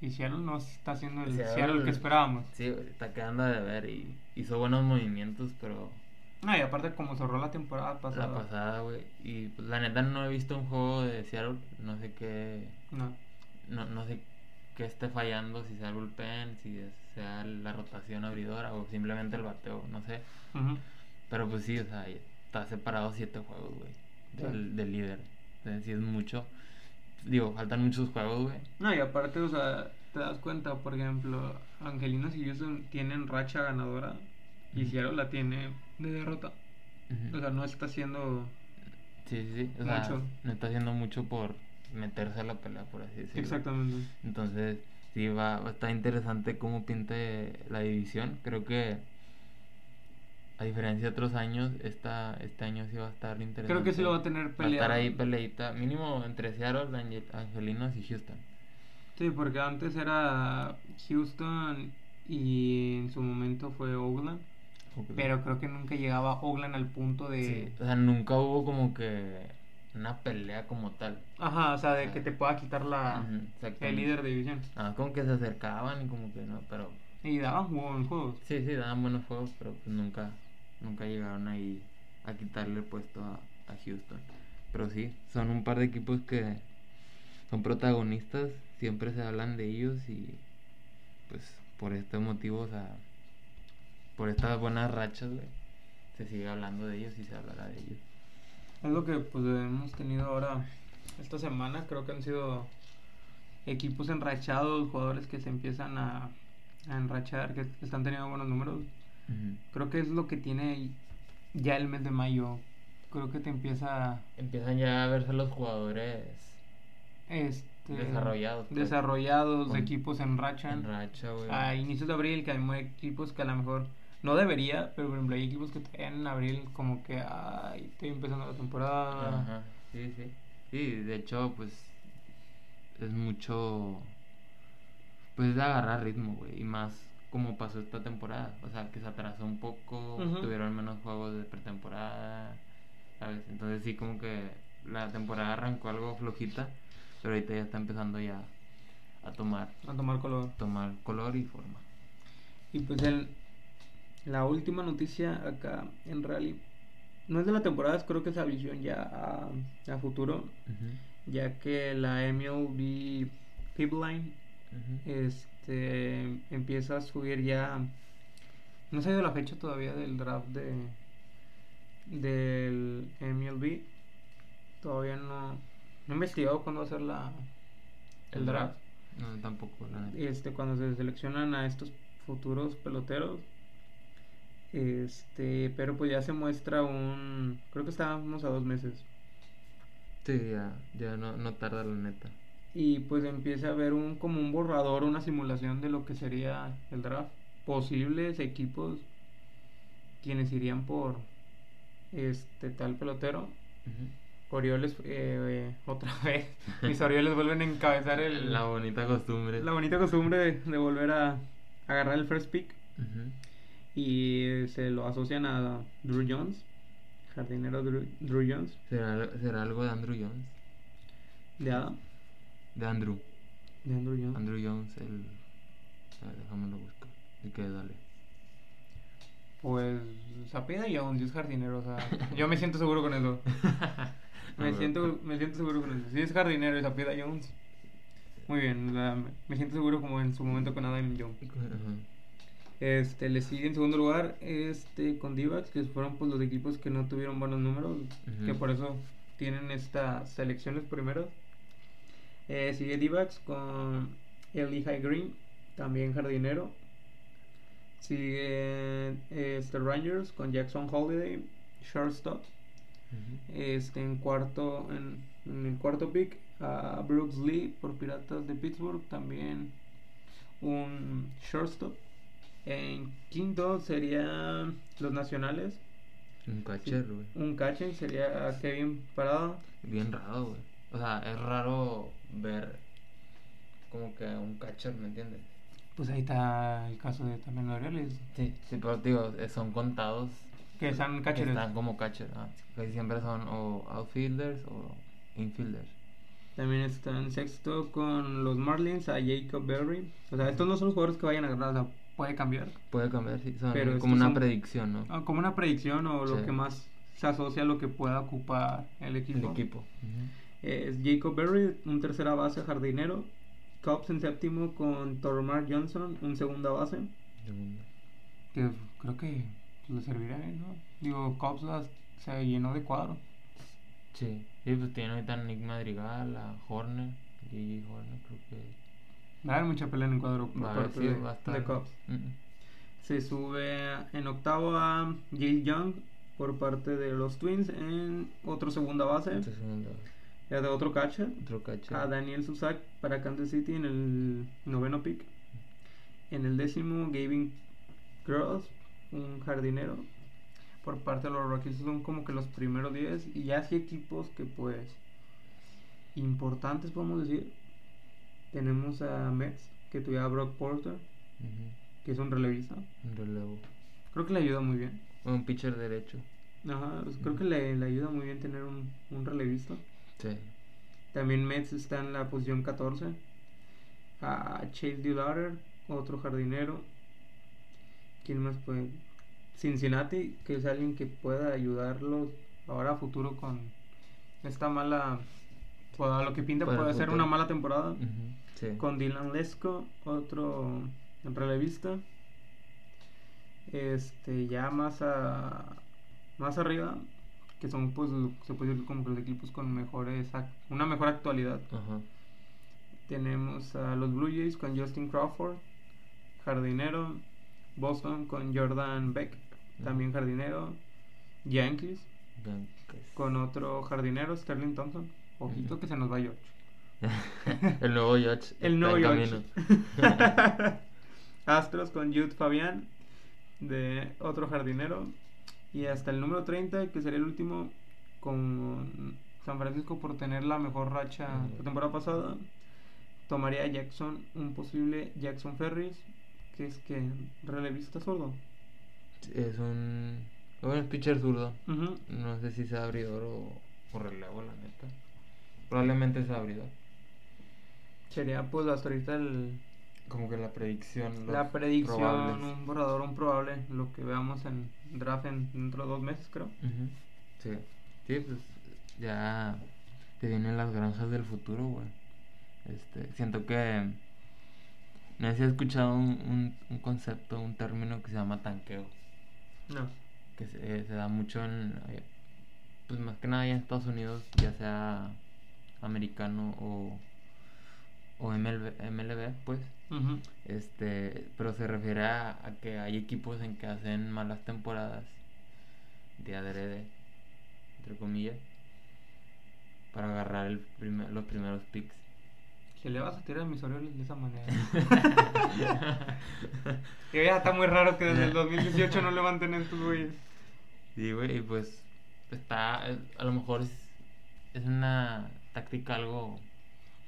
y Seattle no está haciendo el
Seattle-
Seattle que esperábamos.
Sí, güey, está quedando de ver. Y hizo buenos movimientos, pero
No, y aparte como cerró la temporada pasada.
la pasada, güey. Y pues, la neta no he visto un juego de Seattle. No sé qué.
No.
No, no sé qué esté fallando. Si sea el bullpen, si es- sea la rotación abridora o simplemente el bateo. No sé.
Ujú.
Pero pues sí, o sea, está separado siete juegos, güey. Del,
Sí.
del líder. Entonces sí es mucho. Digo, faltan muchos juegos, güey.
No, y aparte, o sea, te das cuenta, por ejemplo, Angelinos y Houston tienen racha ganadora y
Ujú.
Seattle la tiene de derrota. O sea, no está siendo...
Sí, sí, sí. O sea,
Mucho.
no está haciendo mucho por meterse a la pelea, por así decirlo.
Exactamente.
Entonces, sí, va, va a estar interesante cómo pinte la división. Creo que, a diferencia de otros años, esta, este año sí va a estar interesante.
Creo que sí lo va a tener
Va a estar
peleado.
ahí peleita, mínimo entre Seattle, Ange- Angelinos y Houston.
Sí, porque antes era Houston y en su momento fue Oakland. Pero creo que nunca llegaba Oakland al punto de...
Sí, o sea, nunca hubo como que una pelea como tal.
Ajá, o sea, de que te pueda quitar la...
Ujú,
Ah, el
exactamente.
líder de división.
Ah, como que se acercaban y como que no, pero
Y daban buenos juegos.
Sí, sí, daban buenos juegos, pero pues nunca, nunca llegaron ahí a quitarle el puesto a, a Houston. Pero sí, son un par de equipos que son protagonistas, siempre se hablan de ellos y pues por este motivo, o sea, por estas buenas rachas, güey, se sigue hablando de ellos y se hablará de ellos.
Es lo que pues hemos tenido ahora esta semana, creo que han sido equipos enrachados, jugadores que se empiezan a, a enrachar, que están teniendo buenos números. Creo que es lo que tiene ya el mes de mayo, creo que te empieza
Empiezan ya a verse los jugadores
este,
Desarrollados, pues.
desarrollados de
Con- pues.
equipos en racha.
en racha, güey.
a inicios de abril, que hay equipos que a lo mejor no debería, pero por ejemplo hay equipos que todavía en abril como que ay, estoy empezando la temporada.
Ajá, sí, sí. Sí, de hecho, pues es mucho. Pues es de agarrar ritmo, güey. Y más como pasó esta temporada. O sea, que se atrasó un poco,
Ujú.
tuvieron menos juegos de pretemporada, ¿sabes? Entonces, sí, como que la temporada arrancó algo flojita, pero ahorita ya está empezando ya a tomar,
A tomar color.
tomar color y forma.
Y pues el, la última noticia acá en Rally. No es de la temporada, es creo que es la visión ya a, a futuro. Ya que la MLB Pipeline
Ujú.
este, empieza a subir ya. No se ha ido la fecha todavía del draft de del MLB. Todavía no, no he investigado cuándo va a ser la, el draft.
No, tampoco, la neta.
Este, cuando se seleccionan a estos futuros peloteros. Este, pero pues ya se muestra un. Creo que estábamos a dos meses.
Sí, ya, ya no, no tarda, la neta.
Y pues empieza a haber un como un borrador, una simulación de lo que sería el draft. Posibles equipos quienes irían por este tal pelotero.
Ujú.
Orioles, eh, otra [LAUGHS] vez. Mis Orioles vuelven a encabezar el,
La
la,
bonita costumbre.
bonita costumbre de, de volver a agarrar el first pick.
Ujú.
Y se lo asocian a Drew Jones, jardinero Drew, Drew Jones,
¿Será, será algo de Andrew Jones?
de Adam.
De Andrew.
De Andrew Jones.
Andrew Jones, el. A ver, déjame lo busco. Así que dale.
Pues se apela Jones, es jardinero, o sea, Ah, yo me siento seguro con [LAUGHS]
[LAUGHS]
eso. Me
No,
siento,
güey.
me siento seguro con eso. Si es jardinero y se apela Jones, muy bien, la- me siento seguro como en su momento con Adam Jones.
Ajá.
Este, le sigue en segundo lugar este, con Divax, que fueron pues, los equipos que no tuvieron buenos números,
Ujú.
que por eso tienen estas selecciones primeros. Eh, sigue Divax con Elijah Green, también jardinero. Sigue eh, este, Rangers con Jackson Holiday, shortstop.
Ujú.
Este, en, cuarto, en, en el cuarto pick a Brooks Lee por Piratas de Pittsburgh, también un shortstop. En quinto sería los Nacionales.
Un catcher, güey.
Un catcher sería Kevin Parado.
Bien raro, güey. O sea, es raro ver. Como que un catcher, ¿me entiendes?
Pues ahí está el caso de también los Orioles,
Sí, sí, pero digo, eh, son contados.
que son catchers.
Están como catcher. ah. Casi siempre son o outfielders o infielders.
También está en sexto con los Marlins a Jacob Berry. O sea, estos no son los jugadores que vayan a agarrar, o sea, puede cambiar.
Puede cambiar, sí. Son
Pero
como
estos
una
son-
predicción, ¿no?
Ah, Como una predicción o lo
Sí.
que más se asocia a lo que pueda ocupar el
El
equipo.
equipo.
Es Jacob Berry, un tercera base jardinero. Cobbs en séptimo con Tormar Johnson, un segunda base.
Segundo.
Que creo que le servirá, ¿eh? ¿no? Digo, Cobbs las- se llenó de cuadro.
Sí, sí, pues tiene ahorita a Nick Madrigal, a Horner, Gigi Horner, creo que.
Va a haber mucha pelea en el cuadro por
Va a haber
parte
sido
de,
bastante.
de Cobbs.
Mm,
Se sube en octavo a Gil Young por parte de los Twins en otro segunda base.
este segundo,
Ya de otro catcher.
Otro caché.
a Daniel Susak para Kansas City en el noveno pick. En el décimo, Gavin Cross, un jardinero. Por parte de los Rockies esos son como que los primeros 10 y ya sí equipos que pues importantes podemos decir. Tenemos a Mets, que tuviera a Brock Porter,
Ujú,
que es un relevista.
Un relevo.
Creo que le ayuda muy bien.
Un pitcher derecho.
Ajá, pues creo
Ujú.
que le, le ayuda muy bien tener un, un relevista.
Sí.
También Mets está en la posición 14. A Chase Dularer, otro jardinero. ¿Quién más puede? Cincinnati, que es alguien que pueda ayudarlos ahora a futuro con esta mala. Para lo que pinta
Para el
puede ser
futuro.
una mala temporada.
Ujú, Sí.
Ah. Con Dylan Lesco, otro relevista. Este, ya más a más arriba, que son pues lo- se puede decir como que los equipos con mejores ac- una mejor actualidad.
Ajá.
Tenemos a los Blue Jays con Justin Crawford, jardinero, Boston con Jordan Beck, también jardinero, Yankees
Yankees.
con otro jardinero, Sterling Thompson. Ojito
Ujú.
que se nos va George. [LAUGHS]
el nuevo George.
El nuevo
está en
George.
camino.
[LAUGHS] Astros con Jude Fabián, de otro jardinero. Y hasta el número 30, que sería el último, con San Francisco por tener la mejor racha
Mm.
la temporada pasada. Tomaría a Jackson, un posible Jackson Ferris, que es que relevista sordo.
es un. Bueno, es pitcher zurdo.
Ujú.
No sé si sea abridor o, o relevo, la neta. Probablemente sea abridor.
Sería pues hasta ahorita el-
Como que la predicción. los
la predicción,
probables.
un borrador, un probable, lo que veamos en draft en- dentro de dos meses, creo.
Ujú. Sí. Sí, pues ya te vienen las granjas del futuro, güey. Este, siento que no sé si has escuchado un, un- un concepto, un término que se llama tanqueo,
No.
que se, eh, se da mucho en, eh, pues más que nada ya en Estados Unidos, ya sea americano o, o MLB, MLB, pues.
Ujú.
Este, pero se refiere a, a que hay equipos en que hacen malas temporadas de adrede, entre comillas, para agarrar el primer- los primeros picks. [LAUGHS]
Que le vas a tirar a mis Orioles de esa manera. [LAUGHS] Que ya está muy raro que desde el 2018 no levanten estos güeyes.
Sí, güey, y pues está, es- a lo mejor es, es una táctica algo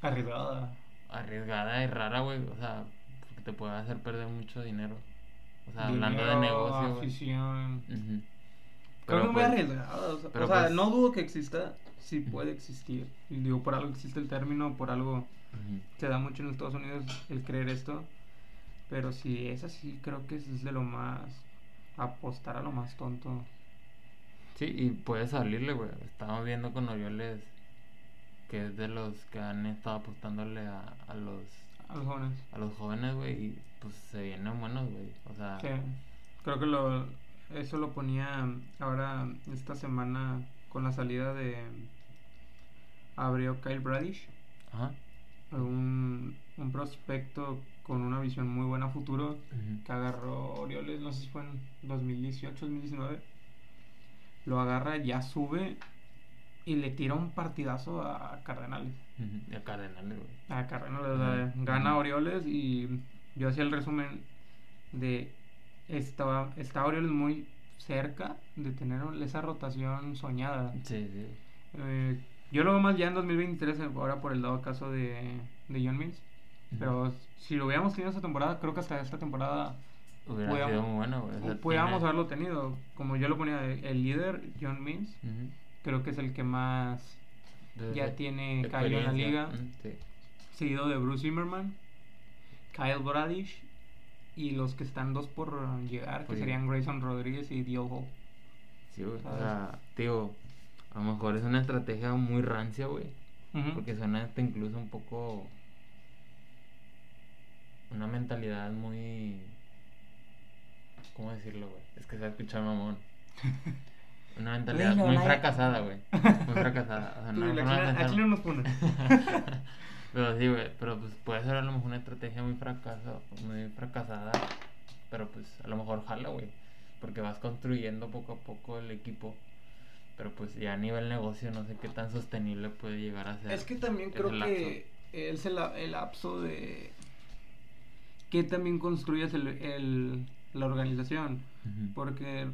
Arriesgada.
arriesgada y rara, güey, o sea, porque te puede hacer perder mucho dinero. O sea, hablando de
Dinero,
negocio, güey.
Afición.
Ujú.
Creo
Pero,
que muy
pues,
arriesgada. O sea,
pero
o sea,
pues-
no dudo que exista. Sí puede existir. Y Digo, por algo existe el término, por algo
ujú.
se da mucho en Estados Unidos el creer esto. Pero si es así, creo que es de lo más. apostar a lo más tonto.
Sí, y puede salirle, güey. Estamos viendo con Orioles que es de los que han estado apostándole a, a los
A los jóvenes.
a los jóvenes, güey, y pues se vienen buenos, güey. O sea,
Sí, creo que lo, eso lo ponía ahora esta semana con la salida de abrió Kyle Bradish,
ajá.
un, un prospecto con una visión muy buena a futuro
Ujú.
que agarró Orioles, no sé si fue en 2018, 2019. Lo agarra, ya sube y le tira un partidazo a Cardenales.
Ujú. Y a Cardenales, güey.
A Cardenales, o sea,
Ujú.
gana
Ujú.
Orioles y yo hacía el resumen de estaba está Orioles muy cerca de tener esa rotación soñada.
Sí, sí.
Eh, yo lo veo más ya en 2023 ahora por el dado caso de, de John Mills,
Ujú.
pero si lo hubiéramos tenido esta temporada, creo que hasta esta temporada
hubiera
podíamos-
sido muy bueno, güey. O sea,
pudiéramos
Pues, eh, tiene-
haberlo tenido. Como yo lo ponía, de- el líder John Mills,
Ujú.
creo que es el que más
Entonces,
ya
eh,
tiene callo en la
experiencia.
liga
Ujú, Sí.
seguido de Bruce Zimmerman, Kyle Bradish y los que están dos por llegar, que
Oye.
serían Grayson Rodríguez y Diogo.
Sí, güey. O
¿Sabes?
sea, tío, a lo mejor es una estrategia muy rancia, güey.
Ujú.
Porque suena hasta incluso un poco. Una mentalidad muy. ¿Cómo decirlo, güey? Es que se va a
[LAUGHS]
escuchar mamón. Una mentalidad
Dilo,
muy
nadie-
fracasada, güey. Muy fracasada. O
[LAUGHS]
sea,
Tú
no,
dile,
no
aquí
la
no- aquí no
pensaron.
nos
[LAUGHS]
ponen.
pero sí, güey. Pero pues puede ser a lo mejor una estrategia muy fracasa, muy fracasada. Pero pues a lo mejor jala, güey. Porque vas construyendo poco a poco el equipo. Pero pues ya a nivel negocio no sé qué tan sostenible puede llegar a ser.
Es que también
Es
creo
el
que es el, el lapso de que también construyes el- el- la organización.
Ujú.
Porque,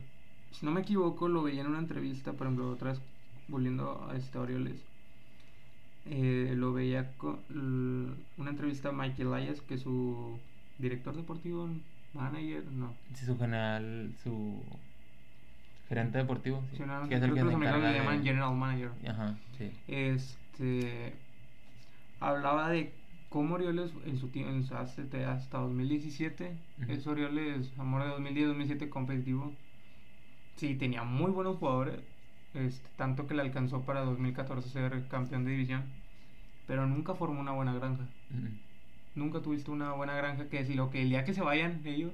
si no me equivoco, lo veía en una entrevista, por ejemplo, otra vez volviendo a este Orioles. eh, lo veía con l- una entrevista a Michael Elias, que su director deportivo, manager, no.
Sí, su general, su gerente deportivo, sí,
si no,
que es
creo que
el que se
los americanos
encarga
le llaman
de...
general manager.
Ajá, sí.
Este hablaba de cómo Orioles en su tiempo, hace, te- hasta 2017,
Ujú.
es Orioles, amor de 2010-2007 competitivo. Sí, tenía muy buenos jugadores, este, tanto que le alcanzó para 2014 ser campeón de división, pero nunca formó una buena granja.
Mm,
Nunca tuviste una buena granja que es lo que el día que se vayan ellos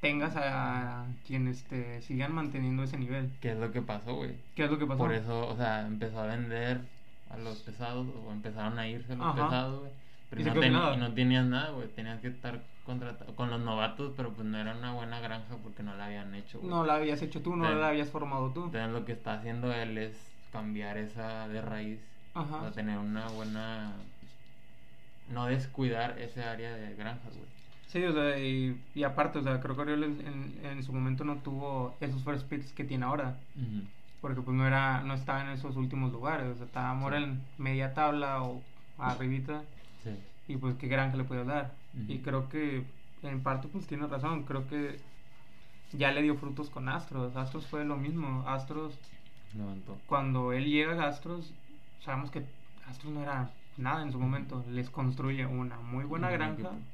tengas a quienes te sigan manteniendo ese nivel.
¿Qué es lo que pasó, güey?
¿Qué es lo que pasó?
Por eso, o sea, empezó a vender a los pesados, o empezaron a irse los
Ajá.
pesados, güey. Pero
Y
y
se
no,
quedó sin
ten-
nada.
y no tenías nada, güey. Tenías que estar contratado con los novatos, pero pues no era una buena granja porque no la habían hecho, güey.
No la habías hecho tú, no
Sí.
la habías formado tú.
Entonces lo que está haciendo él es cambiar esa de raíz
Ajá.
para tener una buena... No descuidar ese área de granjas, güey.
Sí, o sea, y, y aparte, o sea, creo que Oriol en, en- en su momento no tuvo esos first picks que tiene ahora. Porque pues no era, no estaba en esos últimos lugares, o sea, estaba Mora
Sí.
en media tabla o arribita.
Sí.
y pues qué granja le podías dar.
Ujú.
Y creo que en parte pues tiene razón, creo que ya le dio frutos con Astros, Astros fue lo mismo, Astros,
Levantó.
cuando él llega a Astros, sabemos que Astros no era nada en su momento, les construye una muy buena
Un buen
granja
equipo.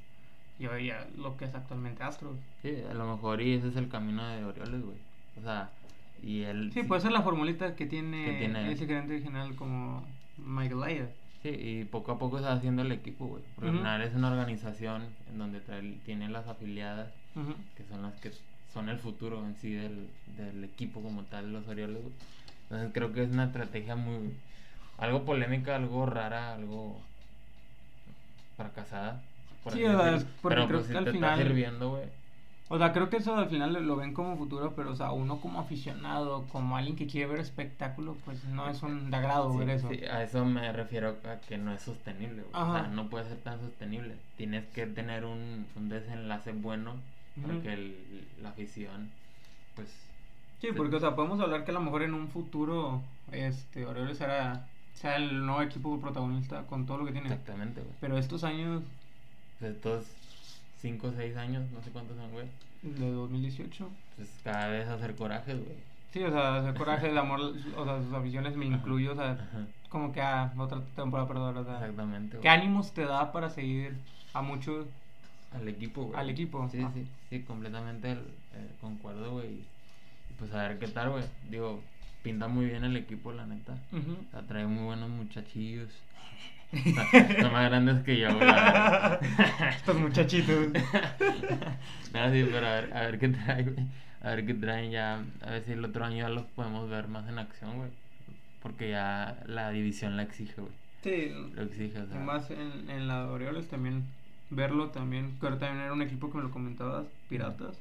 y hoy ya lo que es actualmente Astros.
Sí, a lo mejor y ese es el camino de Orioles, güey. O sea, y él...
Sí, pues, puede ser la formulita que tiene,
Que tiene él.
ese gerente general como Michael Ayer.
Sí, y poco a poco está haciendo el equipo, güey. Porque
Ujú.
Renal es una organización en donde trae- tiene las afiliadas, que son las que son el futuro en sí del, del equipo como tal, los Orioles, güey. Entonces creo que es una estrategia muy... Algo polémica, algo rara, algo fracasada.
Sí,
así
o sea,
decirlo.
es porque
Pero
creo
pues si
que al
te
final-
está sirviendo, güey.
O sea, creo que eso al final lo- lo ven como futuro, pero, o sea, uno como aficionado, como alguien que quiere ver espectáculo, pues no es un de agrado
Sí,
ver eso.
sí, a eso me refiero a que no es sostenible. güey. O
Ajá.
sea, no puede ser tan sostenible. Tienes que tener un, un desenlace bueno para
Ujú.
que el- la afición, pues,
Sí, porque, o sea, podemos hablar que a lo mejor en un futuro, este, Orioles será, sea el nuevo equipo protagonista con todo lo que tiene.
exactamente, güey.
Pero estos años
Pues estos 5 o 6 años, no sé cuántos son, güey,
de 2018,
pues cada vez hacer corajes, güey.
sí, o sea, ese coraje, el amor, o sea, sus aficiones me incluyo, o sea,
Ajá,
como que a otra temporada, perdón, o sea,
Exactamente,
Ah. ¿qué
güey.
ánimos te da para seguir a muchos?
Al equipo, güey.
Al equipo,
Sí,
ah.
sí, sí, completamente el- eh, concuerdo, güey. Y pues a ver qué tal, güey. Digo, pinta muy bien el equipo, la neta.
Ujú.
O sea, trae muy buenos muchachillos. O sea, Son más grandes que yo, la verdad.
[LAUGHS] Estos muchachitos.
No, Ah, sí, pero a ver, a ver qué trae, güey. A ver qué traen ya. A ver si el otro año ya los podemos ver más en acción, güey. Porque ya la división la exige, güey.
Sí,
Lo exige, o sea.
Además, en, en la de Orioles también, verlo también, que ahora también era un equipo que me lo comentabas, Piratas.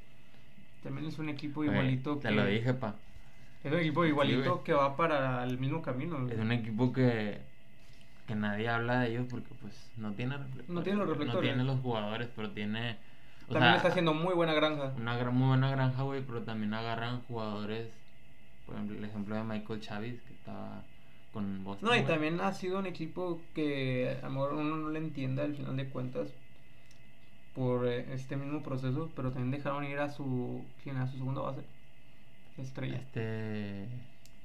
También es un equipo
Güey,
igualito
Te
que.
lo dije, pa.
Es un equipo igualito
güey.
que va para el mismo camino.
Es un equipo que, que nadie habla de ellos porque, pues, no tiene reflectores.
No tiene los
güey. No
reflectores.
tiene los jugadores, pero tiene. o
también
sea,
está haciendo muy buena granja.
una gran, muy buena granja, güey, pero también agarran jugadores. Por ejemplo, el ejemplo de Michael Chavis, que estaba con Boston.
No, y
güey.
también ha sido un equipo que a lo mejor uno no le entienda al final de cuentas por eh, este mismo proceso, pero también dejaron ir a su, ¿quién? a su segunda base. Estrella.
Este.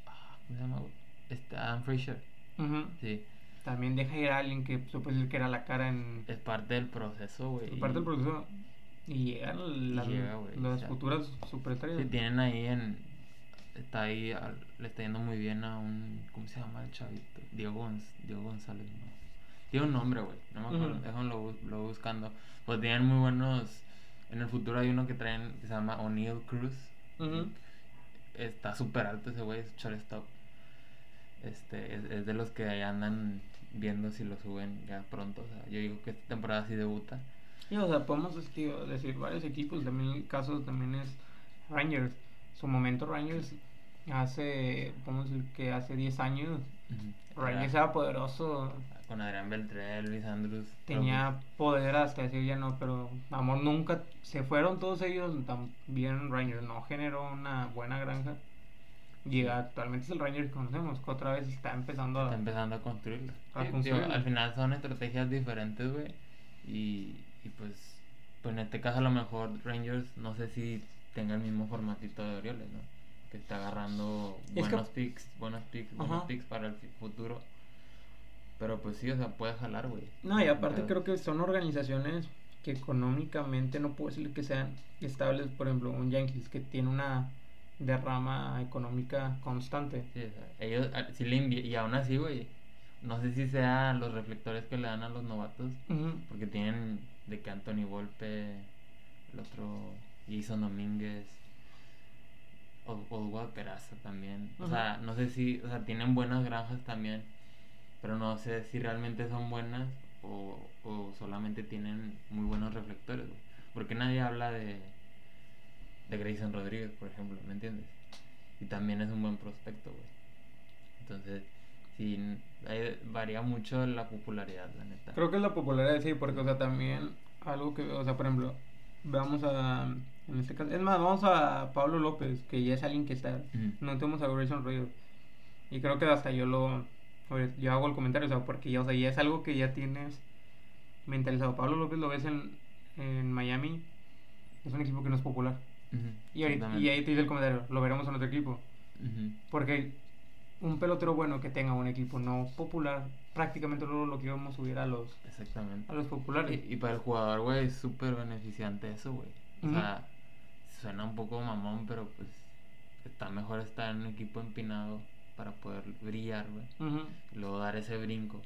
ah, ¿Cómo se llama, güey? Este, Adam Fraser.
Ujú.
Sí,
También deja ir a alguien que supo decir que era la cara en,
es parte del proceso, güey.
Por parte del
Este, y-
proceso y llegan las,
llega, güey,
las
o sea.
futuras superestrellas.
Sí, tienen ahí en. Está ahí, al- le está yendo muy bien a un. ¿Cómo se llama el chavito? Diego, Gonz- Diego González, no. Tiene un nombre, güey. No me acuerdo.
Ujú.
Déjalo bus- lo buscando. Pues tienen muy buenos. En el futuro hay uno que traen que se llama O'Neill Cruz.
Ujú.
Está súper alto ese güey, es shortstop. Este, es, es de los que ahí andan viendo si lo suben ya pronto. O sea, yo digo que esta temporada sí debuta.
Y, o sea, podemos este, decir varios equipos, también el caso también es Rangers. Su momento Rangers hace, podemos decir que hace 10 años, Rangers
Era-
era poderoso,
Con Adrián Beltré, Luis Andrews. creo que-
tenía poder hasta decir ya no, pero amor nunca, se fueron todos ellos, también Rangers no generó una buena granja. Y actualmente es el Rangers que conocemos, que otra vez está empezando
Está
a...
empezando a construirla.
Ah. A
Sí, digo,
construirla.
al final son estrategias diferentes, güey. Y, y pues, pues en este caso a lo mejor Rangers no sé si tenga el mismo formatito de Orioles, ¿no? Que está agarrando
Es que-
buenos picks, buenos picks, buenos
Ajá.
picks para el fi- futuro. Pero pues sí, o sea, puede jalar, güey.
No, y aparte
Pero-
creo que son organizaciones que económicamente no puedo decir que sean estables, por ejemplo, un Yankees que tiene una derrama económica constante.
Sí, o sea, ellos a- sí le invie- y aún así, güey, no sé si sea los reflectores que le dan a los novatos,
Ujú.
porque tienen de que Anthony Volpe, el otro Jason Domínguez, Os- Oswald Peraza también. O
Ujú.
sea, no sé si, o sea, tienen buenas granjas también, pero no sé si realmente son buenas o, o solamente tienen muy buenos reflectores, güey. Porque nadie habla de, de Grayson Rodríguez, por ejemplo, ¿me entiendes? Y también es un buen prospecto, güey. Entonces, sí, ahí varía mucho la popularidad, la neta.
Creo que es la popularidad, sí, porque, o sea, también algo que, o sea, por ejemplo, vamos a, en este caso, es más, vamos a Pablo López, que ya es alguien que está,
Ujú.
no tenemos a Grayson Rodríguez. Y creo que hasta yo lo, pues, yo hago el comentario, o sea, porque ya, o sea, ya es algo que ya tienes mentalizado. Pablo López lo ves en, en Miami, es un equipo que no es popular.
Ujú,
Y, ahorita- y
exactamente.
ahí te dice el comentario, lo veremos en otro equipo.
Ujú.
Porque un pelotero bueno que tenga un equipo no popular, prácticamente luego lo que íbamos a subir a los,
Exactamente.
a los populares.
Y, y para el jugador, güey, es súper beneficiante eso, güey. O
Ujú.
sea, suena un poco mamón, pero pues está mejor estar en un equipo empinado para poder brillar, güey.
Ujú.
Y Luego dar ese brinco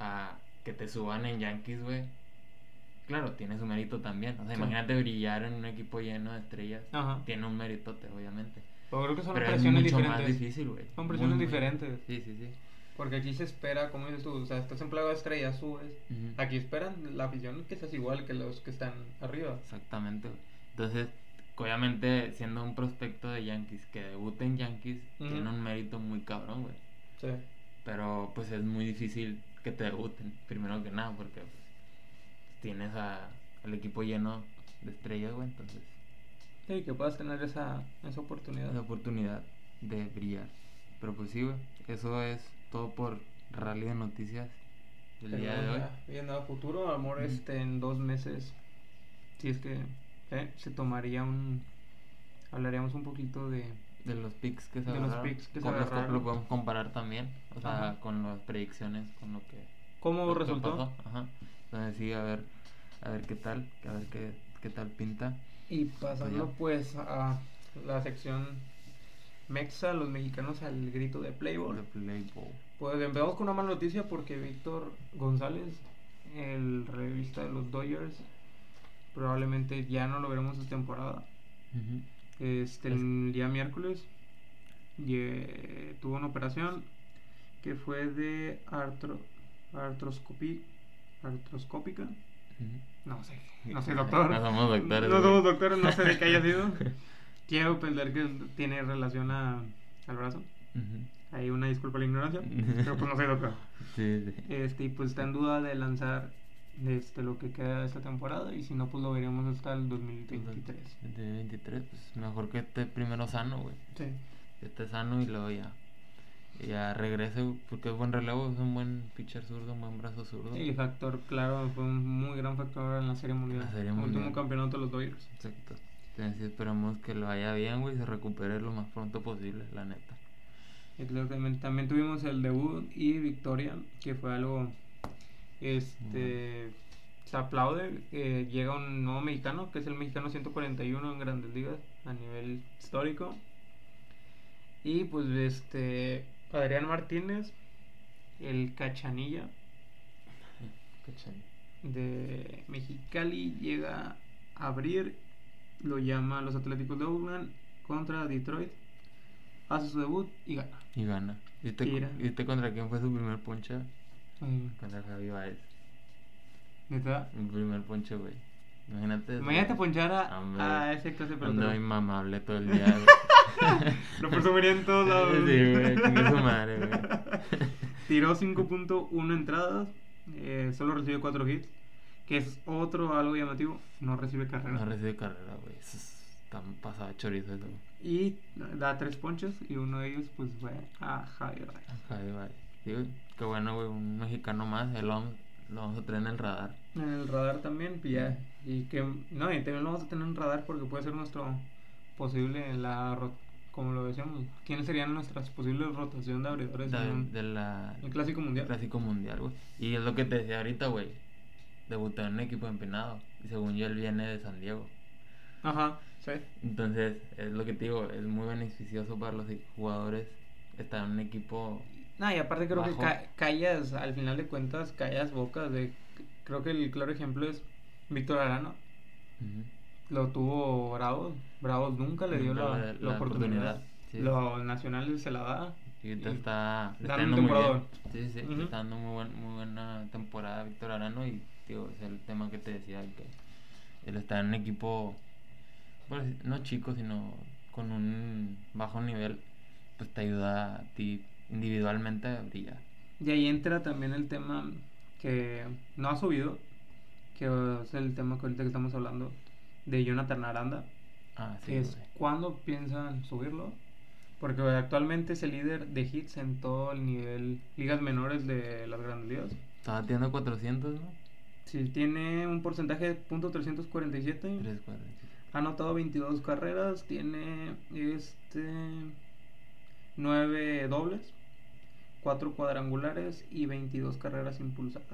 a que te suban en Yankees, güey. Claro, tiene su mérito también. O sea,
Sí.
imagínate brillar en un equipo lleno de estrellas.
Ajá.
Tiene un méritote, obviamente.
Pero creo que son
Pero es mucho
presiones
más
diferentes.
difícil, güey.
Son presiones
Muy, muy-
diferentes.
Sí, sí, sí.
Porque aquí se espera, como dices tú, o sea, estás en plaga de estrellas, subes.
Ujú.
Aquí esperan la afición que seas igual que los que están arriba.
Exactamente, güey. Entonces, obviamente, siendo un prospecto de Yankees que debute en Yankees,
Ujú.
tiene un mérito muy cabrón, güey.
Sí.
Pero, pues, es muy difícil que te debuten, primero que nada, porque pues, tienes a, al equipo lleno de estrellas, güey. Entonces,
Sí, que puedas tener esa, esa
es
oportunidad.
la oportunidad de brillar. Pero, pues, sí, güey. Eso es todo por Rally de Noticias del
Pero
día de hoy.
ya, Viendo a futuro, a lo mejor
Ujú.
este, en dos meses, si es que eh, se tomaría un. Hablaríamos un poquito de.
De los picks que se
De los
agarraron.
picks que se
Con los
agarraron.
Lo podemos comparar también. O sea,
Ajá.
con las predicciones, con lo que
¿Cómo
lo que
resultó?
pasó, Ajá. Entonces sí, a ver, a ver qué tal, a ver qué, qué tal pinta.
Y pasando
Allá.
pues a la sección Mexa, los mexicanos al grito de
The
Playboy.
Playboy.
Pues empezamos con una mala noticia porque Víctor González, el revista de los Dodgers, probablemente ya no lo veremos esta temporada.
Ujú.
Este, el día miércoles ye- tuvo una operación que fue de artro, artroscopí, artroscópica.
Ujú. [LAUGHS]
No sé, no soy doctor.
No somos doctores,
No somos
güey.
doctores, no sé de qué haya
[LAUGHS]
sido. Quiero pensar que tiene relación a, al brazo.
Ujú.
Hay una disculpa la ignorancia, pero pues no soy
[LAUGHS]
doctor.
Sí, sí.
Este, y pues está en duda de lanzar este, lo que queda de esta temporada y si no, pues lo veremos hasta el 2023.
23, pues mejor que esté primero sano, güey.
Sí.
Que esté sano y luego ya. y ya regrese, güey, porque es buen relevo, es un buen pitcher zurdo, un buen brazo zurdo.
Y factor, claro, fue un muy gran factor en la Serie Mundial.
La Serie
Último
Mundial.
campeonato de los Dodgers.
Exacto. Entonces esperamos que lo vaya bien, güey, y se recupere lo más pronto posible, la neta.
Exactamente. También tuvimos el debut y victoria, que fue algo. Este. Se aplaude. eh, llega un nuevo mexicano, que es el mexicano 141 en Grandes Ligas, a nivel histórico. Y pues, este. Adrián Martínez, el cachanilla
Cachai.
de Mexicali, llega a abrir. Lo llama a los Atléticos de Oakland contra Detroit. Hace su debut y gana.
Y gana. ¿Viste,
Tira.
¿Viste contra quién fue su primer poncha?
Mm,
Contra Javi Baez.
neta.
Mi primer poncho, güey. Imagínate. eso,
Imagínate
güey.
ponchar
Hombre,
a, a ese clase de
Ando
pelotero.
inmamable todo
[LAUGHS]
el día, güey.
Lo presumiría en todos lados.
[LAUGHS] Sí, güey, chingue su madre, güey.
[LAUGHS] Tiró 5.1 entradas. eh, solo recibió 4 hits. Que es otro algo llamativo. No recibe carrera.
No recibe carrera, güey. Eso es tan pasado de chorizo eso, güey.
y da 3 ponches. Y uno de ellos, pues, fue a Javier Baez.
Javi Baez. Sí, güey. Qué bueno, güey. Un mexicano más. eh, Lo vamos, lo vamos a traer en el radar.
En el radar también. pues, ya. Y que. No, y también lo vamos a tener en radar porque puede ser nuestro posible. La ro- como lo decíamos. ¿Quiénes serían nuestras posibles rotación de abridores? en
De,
un-
de la
El clásico mundial.
Clásico Mundial, güey. Y es lo que te decía ahorita, güey. Debutó en un equipo empinado. Y según yo, él viene de San Diego.
Ajá, sí.
Entonces, es lo que te digo, es muy beneficioso para los jugadores estar en un equipo.
No, y aparte creo
Bajo.
que ca- callas, al final de cuentas, callas bocas de... Creo que el claro ejemplo es Víctor Arano. Lo tuvo Bravos. Bravos nunca le dio
Nunca
la,
le-
la
la
oportunidad.
oportunidad, sí.
Los nacionales se la da.
Y ahorita está, le está
Dando
yendo
un
muy bien.
temporadón.
Sí, sí, sí, le
Ujú.
está dando muy, buen- muy buena temporada a Víctor Arano y tío, es el tema que te decía, el que él está en un equipo, pues, no chico, sino con un bajo nivel, pues te ayuda a ti individualmente a brillar.
Y ahí entra también el tema que no ha subido, que es el tema que ahorita que estamos hablando de Jonathan Aranda,
Ah, sí,
que es
güey.
cuándo piensan subirlo, porque actualmente es el líder de hits en todo el nivel, ligas menores de las grandes ligas.
Estaba teniendo 400, ¿no?
Sí, tiene un porcentaje de .347,
3, 4.
ha anotado 22 carreras, tiene este 9 dobles, 4 cuadrangulares y 22 carreras impulsadas.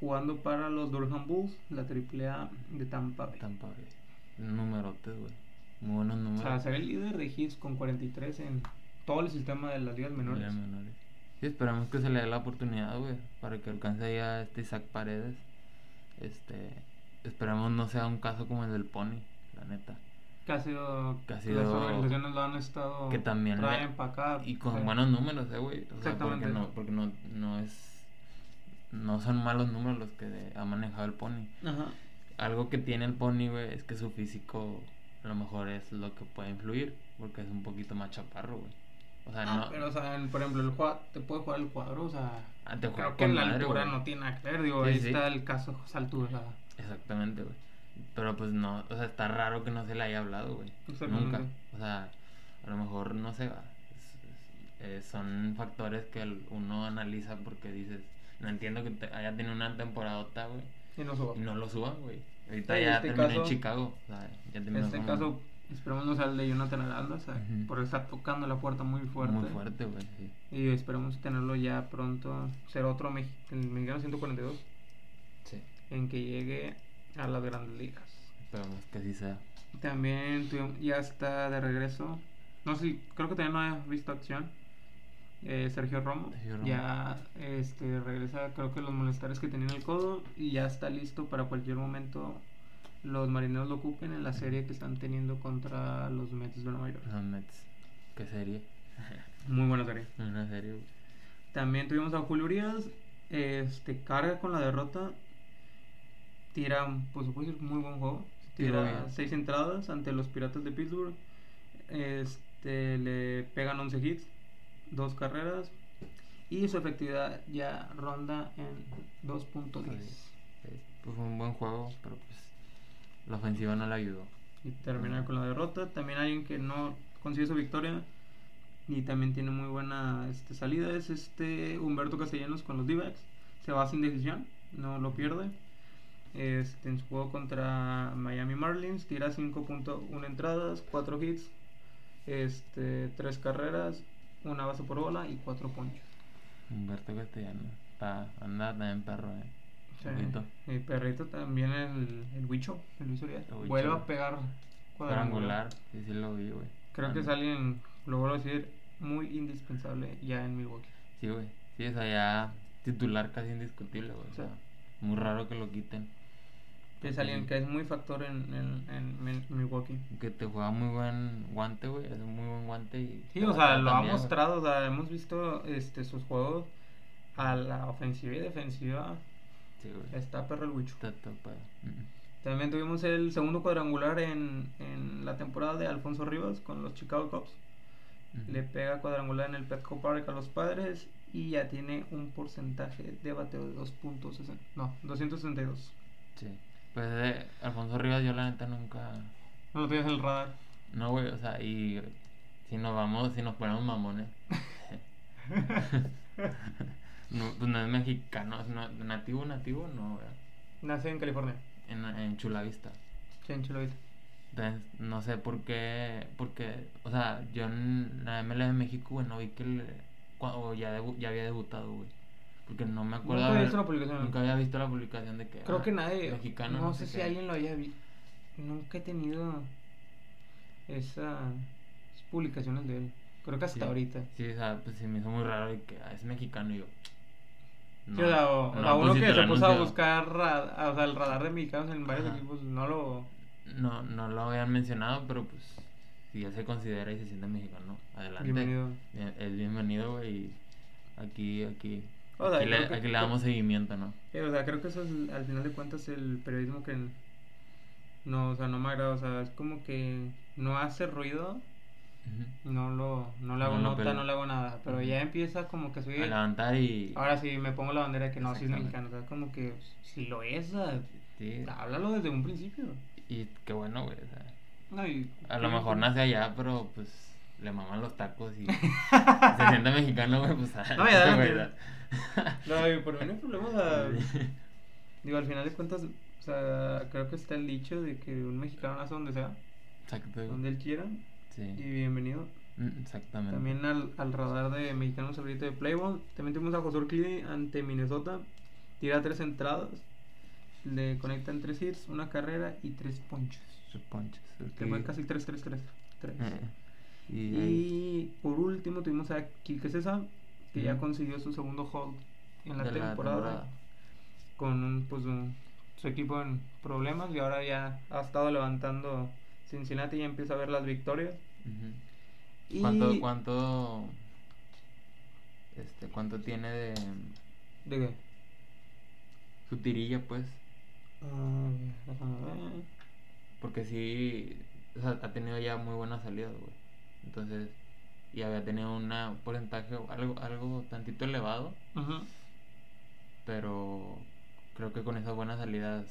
Jugando para los Durham Bulls, la AAA de Tampa Bay.
Tampa Bay. Numerotes, güey. Muy buenos
O
números.
sea, ser el líder de hits con 43 en todo el sistema de las ligas menores.
Ligas menores. Sí, esperamos que se le dé la oportunidad, güey, para que alcance ya este Isaac Paredes. Este, esperamos no sea un caso como el del Pony, la neta.
Que ha sido,
Que ha
las
sido-
organizaciones lo han estado
que también
traen
le-
para acá.
Y con
Sí.
buenos números, eh, güey. O sea, porque
Ah, Exactamente.
no, porque no, no es no son malos números los que ha manejado el Pony.
Ajá.
Algo que tiene el Pony, güey, es que su físico a lo mejor es lo que puede influir, porque es un poquito más chaparro, güey. O sea,
Ah,
no
pero, o sea, en- por ejemplo, el jua- te puede jugar el cuadro, o sea,
Ah, te juega
creo que
con
en la
madre,
altura
güey.
no tiene nada que ver, digo,
Sí,
ahí
sí.
está el caso de José Altuve, o sea,
Exactamente, güey. Pero pues no, o sea, está raro que no se le haya hablado, güey.
Exactamente.
Nunca. O sea, a lo mejor no se va. Es- es- eh, son factores que el- uno analiza porque dices, no entiendo que te- haya tenido una temporadota, güey.
y no suba.
Y no lo suban, güey. Ahorita
Sí,
ya
este
terminó en
caso-
Chicago. O sea, ya terminó
este
como
caso, esperemos no sea el de Jonathan Aranda, o sea,
Ujú.
porque está tocando la puerta muy fuerte.
muy fuerte, güey. sí.
Y esperemos tenerlo ya pronto, ser otro Mex- el mexicano 142, en que llegue a las grandes ligas.
Esperamos que así sea.
También tuvimos- ya está de regreso, no sé, si- creo que también no has visto acción. eh, Sergio Romo,
Sergio Romo.
ya este, regresa, creo que los molestares que tenía en el codo y ya está listo para cualquier momento los marineros lo ocupen en la serie que están teniendo contra los Mets de Nueva York.
Los Mets. ¿Qué serie?
Muy buena serie.
Una serie, güey.
También tuvimos a Julio Urias, este, carga con la derrota, tira, pues, por supuesto, muy buen juego,
Tiró
tira
bien.
seis entradas ante los Piratas de Pittsburgh, este, le pegan 11 hits, dos carreras y su efectividad ya ronda en 2.10
Sí. Pues fue un buen juego, pero pues la ofensiva no le ayudó.
y termina con la derrota. También alguien que no consigue su victoria y también tiene muy buena este, salida es este Humberto Castellanos con los d Se va sin decisión, no lo pierde. Este, en su juego contra Miami Marlins tira 5.1 entradas, 4 hits, este, 3 carreras, una base por bola y 4 ponchos.
Humberto Castellano. Pa, anda también perro, eh.
Sí.
Perrito.
Y eh, perrito también el, el Huicho, el Luis Urias.
El Huicho.
Vuelve a pegar
Cuadrangular. Sí, sí lo vi, güey.
Creo que es
Anda.
alguien, lo vuelvo a decir, muy indispensable ya en Milwaukee.
Sí, güey. Sí, es allá titular casi indiscutible, güey. O sea,
Sí.
muy raro que lo quiten.
Es alguien que es muy factor en, en, en Mil- Milwaukee.
Que te juega muy buen guante, güey. Es un muy buen guante y...
Sí, o sea, lo ha
también, güey.
mostrado, o sea, hemos visto este, sus juegos a la ofensiva y defensiva.
Sí, güey.
Está perro el huicho.
Está topado. Mm.
También tuvimos el segundo cuadrangular en, en la temporada de Alfonso Rivas con los Chicago Cubs.
Mm.
Le pega cuadrangular en el Petco Park a los padres y ya tiene un porcentaje de bateo de 2.60. No, 262.
Sí. Pues eh, Alfonso Rivas yo la neta nunca...
No lo tienes en el radar. [LAUGHS]
No, güey, o sea, y si nos vamos, si nos ponemos mamones. no, pues no es mexicano, es na- nativo, nativo, no, güey.
Nace en California.
En, en Chula Vista.
Sí, en Chula Vista.
Entonces, no sé por qué, porque, o sea, yo en la MLB de México, güey, no vi que el, cuando ya, debu- ya había debutado, güey. Porque no me acuerdo.
Nunca había
haber-
visto la publicación.
Nunca había visto la publicación de que.
Creo
ah,
que nadie.
Mexicano.
no, sé si
qué.
alguien lo haya visto. Nunca he tenido esas publicaciones de él. Creo que hasta
Sí.
ahorita.
Sí, o sea, pues se me hizo muy raro de que ah, es mexicano y yo.
Sí, o sea, o- o sea,
pues,
uno
si
que
te
se
lo
puso a
anuncio,
buscar ra- a- o sea, el radar de mexicanos en varios
Ajá.
equipos, no lo.
No, no lo habían mencionado, pero pues. Sí, si él se considera y se siente mexicano, adelante.
Bienvenido.
Bien- Es bienvenido, güey. y Aquí, aquí.
O sea,
aquí, le,
creo que-
aquí le damos seguimiento, ¿no?
Sí, Eh, o sea, creo que eso es, al final de cuentas, el periodismo que n- no, o sea, no me agrada, o sea, es como que no hace ruido,
Ujú.
no lo, no le
No
hago
lo
nota,
pela.
no le hago nada, pero
Ujú.
ya empieza como que soy,
A levantar y.
ahora sí me pongo la bandera de que no, si es
Exactamente.
mexicano, o sea, como que si lo es, o sea,
sí,
háblalo desde un principio.
y qué bueno, güey. o sea,
No, y-
a lo mejor nace allá, pero pues le maman los tacos
[LAUGHS]
y. se siente mexicano, güey, pues.
No, ya,
adelante,
adelante.
güey,
[LAUGHS] No, y por mí no hay problema, o
[LAUGHS]
sea,
Sí.
digo, al final de cuentas, o sea, creo que está el dicho de que un mexicano nace donde sea,
Exacto, güey.
donde él quiera, y
Sí.
bienvenido.
Mm, Exactamente.
También al, al radar de mexicanos ahorita de Playboy. También tuvimos a José Urquidi ante Minnesota. Tira tres entradas. Le conectan tres hits, una carrera y tres ponches.
Sus ponches.
Que
ok.
fue casi 3-3-3.
Eh, Y,
Y por último tuvimos a Quique César, que ya
Ujú.
consiguió su segundo hold en la
de
temporada. Con un, pues, un- su equipo en problemas y ahora ya ha estado levantando Cincinnati y ya empieza a ver las victorias.
Ujú.
Y
¿Cuánto, cuánto, este, cuánto tiene de
¿De qué?
su tirilla, pues?
Ah, déjame ver.
Porque sí, o sea, ha tenido ya muy buenas salidas, güey. Entonces, y había tenido una- un porcentaje o algo, algo tantito elevado,
Ujú.
pero creo que con esas buenas salidas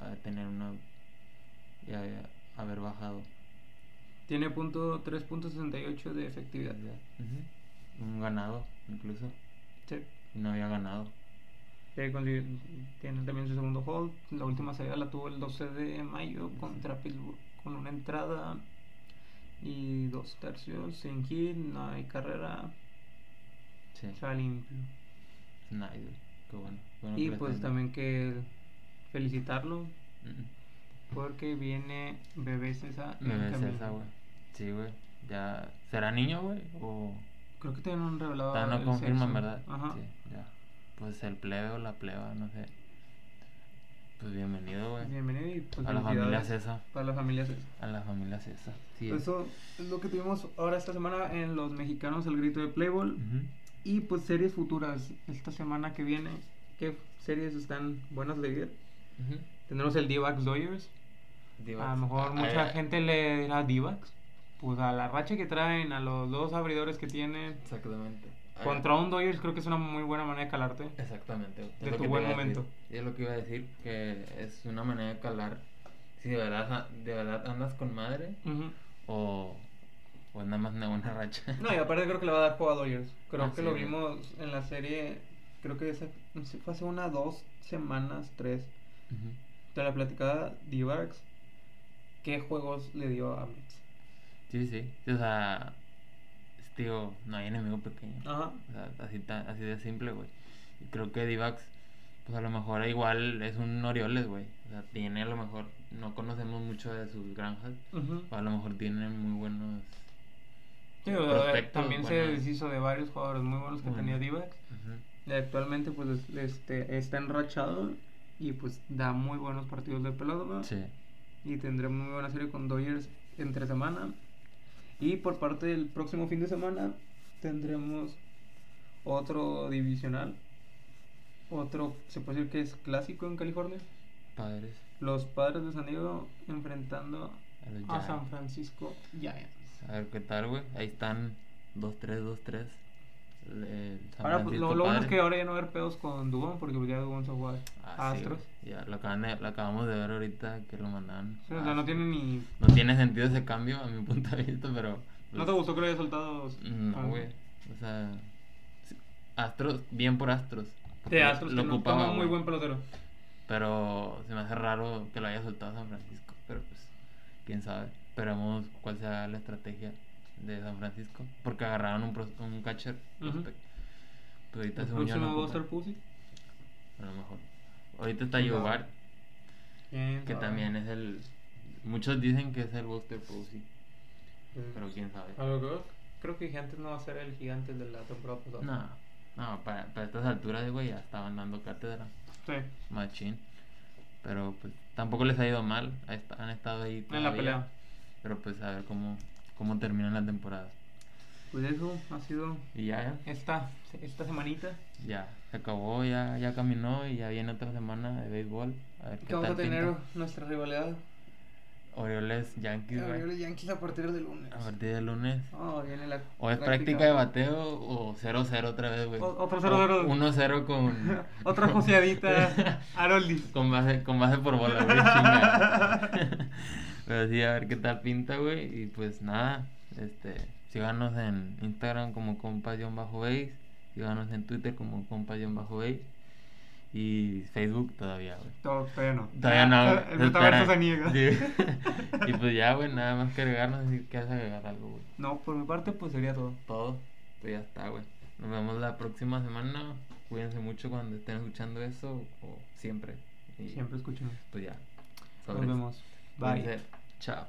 ha de tener una y ha de haber bajado.
Tiene punto 3.68 de efectividad.
Ujú. Un ganado, incluso.
Sí.
Y No había ganado.
Eh, consiguió- Tiene también su segundo hold. La última salida la tuvo el 12 de mayo contra Pittsburgh con una entrada y dos tercios sin hit, no hay carrera,
Sí.
se va limpio.
Nice, güey. Qué bueno. Bueno que
Y
lo
pues
estén-
también que felicitarlo
Mm.
porque viene Bebé César. en
Me ves
camino.
esa, güey. Sí, güey. Ya. ¿Será niño, güey? O.
Creo que todavía no han revelado.
Todavía no
Ah, el
confirman,
sexo.
¿verdad?
Ajá.
Sí, ya. Pues el plebe o la pleba, no sé. Pues bienvenido, güey.
Bienvenido y pues
a la familia
felicidades Pues
César.
Para la familia César.
A la familia César. Sí. es.
Eso es lo que tuvimos ahora esta semana en Los Mexicanos, el grito de Playboy.
Ujú.
Y pues series futuras esta semana que viene. ¿Qué series están buenas de ver?
Ujú.
Tendremos el D-Backs Dodgers. A lo mejor
Ah,
mucha
ah,
gente le dirá D-Backs. Pues a la racha que traen, a los dos abridores que tienen.
Exactamente. Ah,
Contra un Dodgers creo que es una muy buena manera de calarte.
Exactamente. güey. Es
De
lo
tu
que te
buen
iba a decir.
momento.
Y es lo que iba a decir, que es una manera de calar. Si de verdad, de verdad andas con madre
Ujú.
o, o nada más una buena racha.
[LAUGHS] No, y aparte creo que le va a dar juego a Dodgers. Creo
Ah,
que
sí,
lo
güey.
vimos en la serie, creo que esa- fue hace una, dos semanas, tres.
Ujú.
De la platicada D-Backs, ¿qué juegos le dio a Mets?
Sí, sí. O sea, es- digo, no hay enemigo pequeño.
Ajá.
O sea, así, ta- así de simple, güey. Y creo que Divax, pues a lo mejor igual es un Orioles, güey. O sea, tiene a lo mejor, no conocemos mucho de sus granjas.
Ujú.
O a lo mejor tienen muy buenos.
Sí, o sea,
Prospectos,
eh, también se
bueno. Mm.
deshizo de varios jugadores muy buenos que
Bueno.
tenía D-Backs.
Ujú.
Y actualmente pues es- este, está enrachado y pues da muy buenos partidos de pelota.
Sí.
Y tendremos muy buena serie con Dodgers entre semana. Y por parte del próximo fin de semana tendremos otro divisional. Otro, se puede decir que es clásico en California.
Padres.
Los padres de San Diego enfrentando
A los
a
Giants.
San Francisco Giants.
A ver qué tal, güey. Ahí están 2-3, 2-3. El- el San
Ahora, pues,
Francisco
lo, lo bueno es
Padres.
que ahora ya no va a haber pedos con Dubón porque pues ya Dubón se juega a
Ah, sí,
Astros.
güey. ya, lo, acaban de- lo acabamos de ver ahorita que lo mandaban.
Sí, o
a
sea, no
Astros.
tiene ni.
No tiene sentido ese cambio a mi [LAUGHS] punto de vista, pero... pues,
¿No te gustó Ah. que lo haya soltado?
No, güey. O sea... sí, Astros, bien por Astros. porque
De Astros,
lo
que no-
ocupaba,
toma muy
güey.
buen pelotero.
Pero se me hace raro que lo haya soltado San Francisco. Pero pues, quién sabe. Esperemos cuál sea la estrategia de San Francisco. Porque agarraron un, pros- un catcher.
Ujú.
prospect. Pero ahorita
El
pues, según yo no
próximo
ocupan.
Buster Pussy.
A lo mejor. Ahorita está
Quién sabe.
Yobar,
¿Quién
que
sabe?
también es el... Muchos dicen que es el Buster Posey,
Eh,
pero quién sabe.
a lo que- Creo que Gigantes no va a ser el gigante de la temporada pasada.
No, no, para, para estas alturas, güey, ya estaban dando cátedra.
Sí,
Machín. Pero pues tampoco les ha ido mal. ha est- Han estado ahí.
en la
todavía.
pelea.
Pero pues a ver cómo, cómo terminan la temporada.
Pues eso ha sido
Y ya,
esta, esta semanita.
ya, se acabó, ya, ya caminó y ya viene otra semana de béisbol. A ver qué
Que vamos
tal
a tener
pinta.
nuestra rivalidad.
Orioles Yankees, güey.
Orioles Yankees a partir del lunes.
eh. A partir del lunes.
Oh, viene la
O es práctica de bateo o 0-0 otra vez, güey.
O- otro 0-0.
O 1-0
[LAUGHS]
con.
Otra
[LAUGHS]
joseadita. Aroldis.
con, base, con base por bola, güey. chinga. [LAUGHS] Pero sí, a ver qué tal pinta, güey. Y pues nada, este. Síganos en Instagram como compas-base. Síganos en Twitter como compas-base. Y Facebook todavía, güey.
No, todavía Ah, eh, no.
Todavía no. güey.
El
Se
metaverso
espera.
se niega.
Sí. y pues ya, güey, nada más que agregarnos y que agregar algo, güey.
No, por mi parte, pues sería todo.
todo. Pues ya está, güey. Nos vemos la próxima semana. Cuídense mucho cuando estén escuchando eso o siempre. Y
Siempre escuchen.
Pues ya.
Nos
Sobres.
vemos. Bye.
Cuídense. Chao.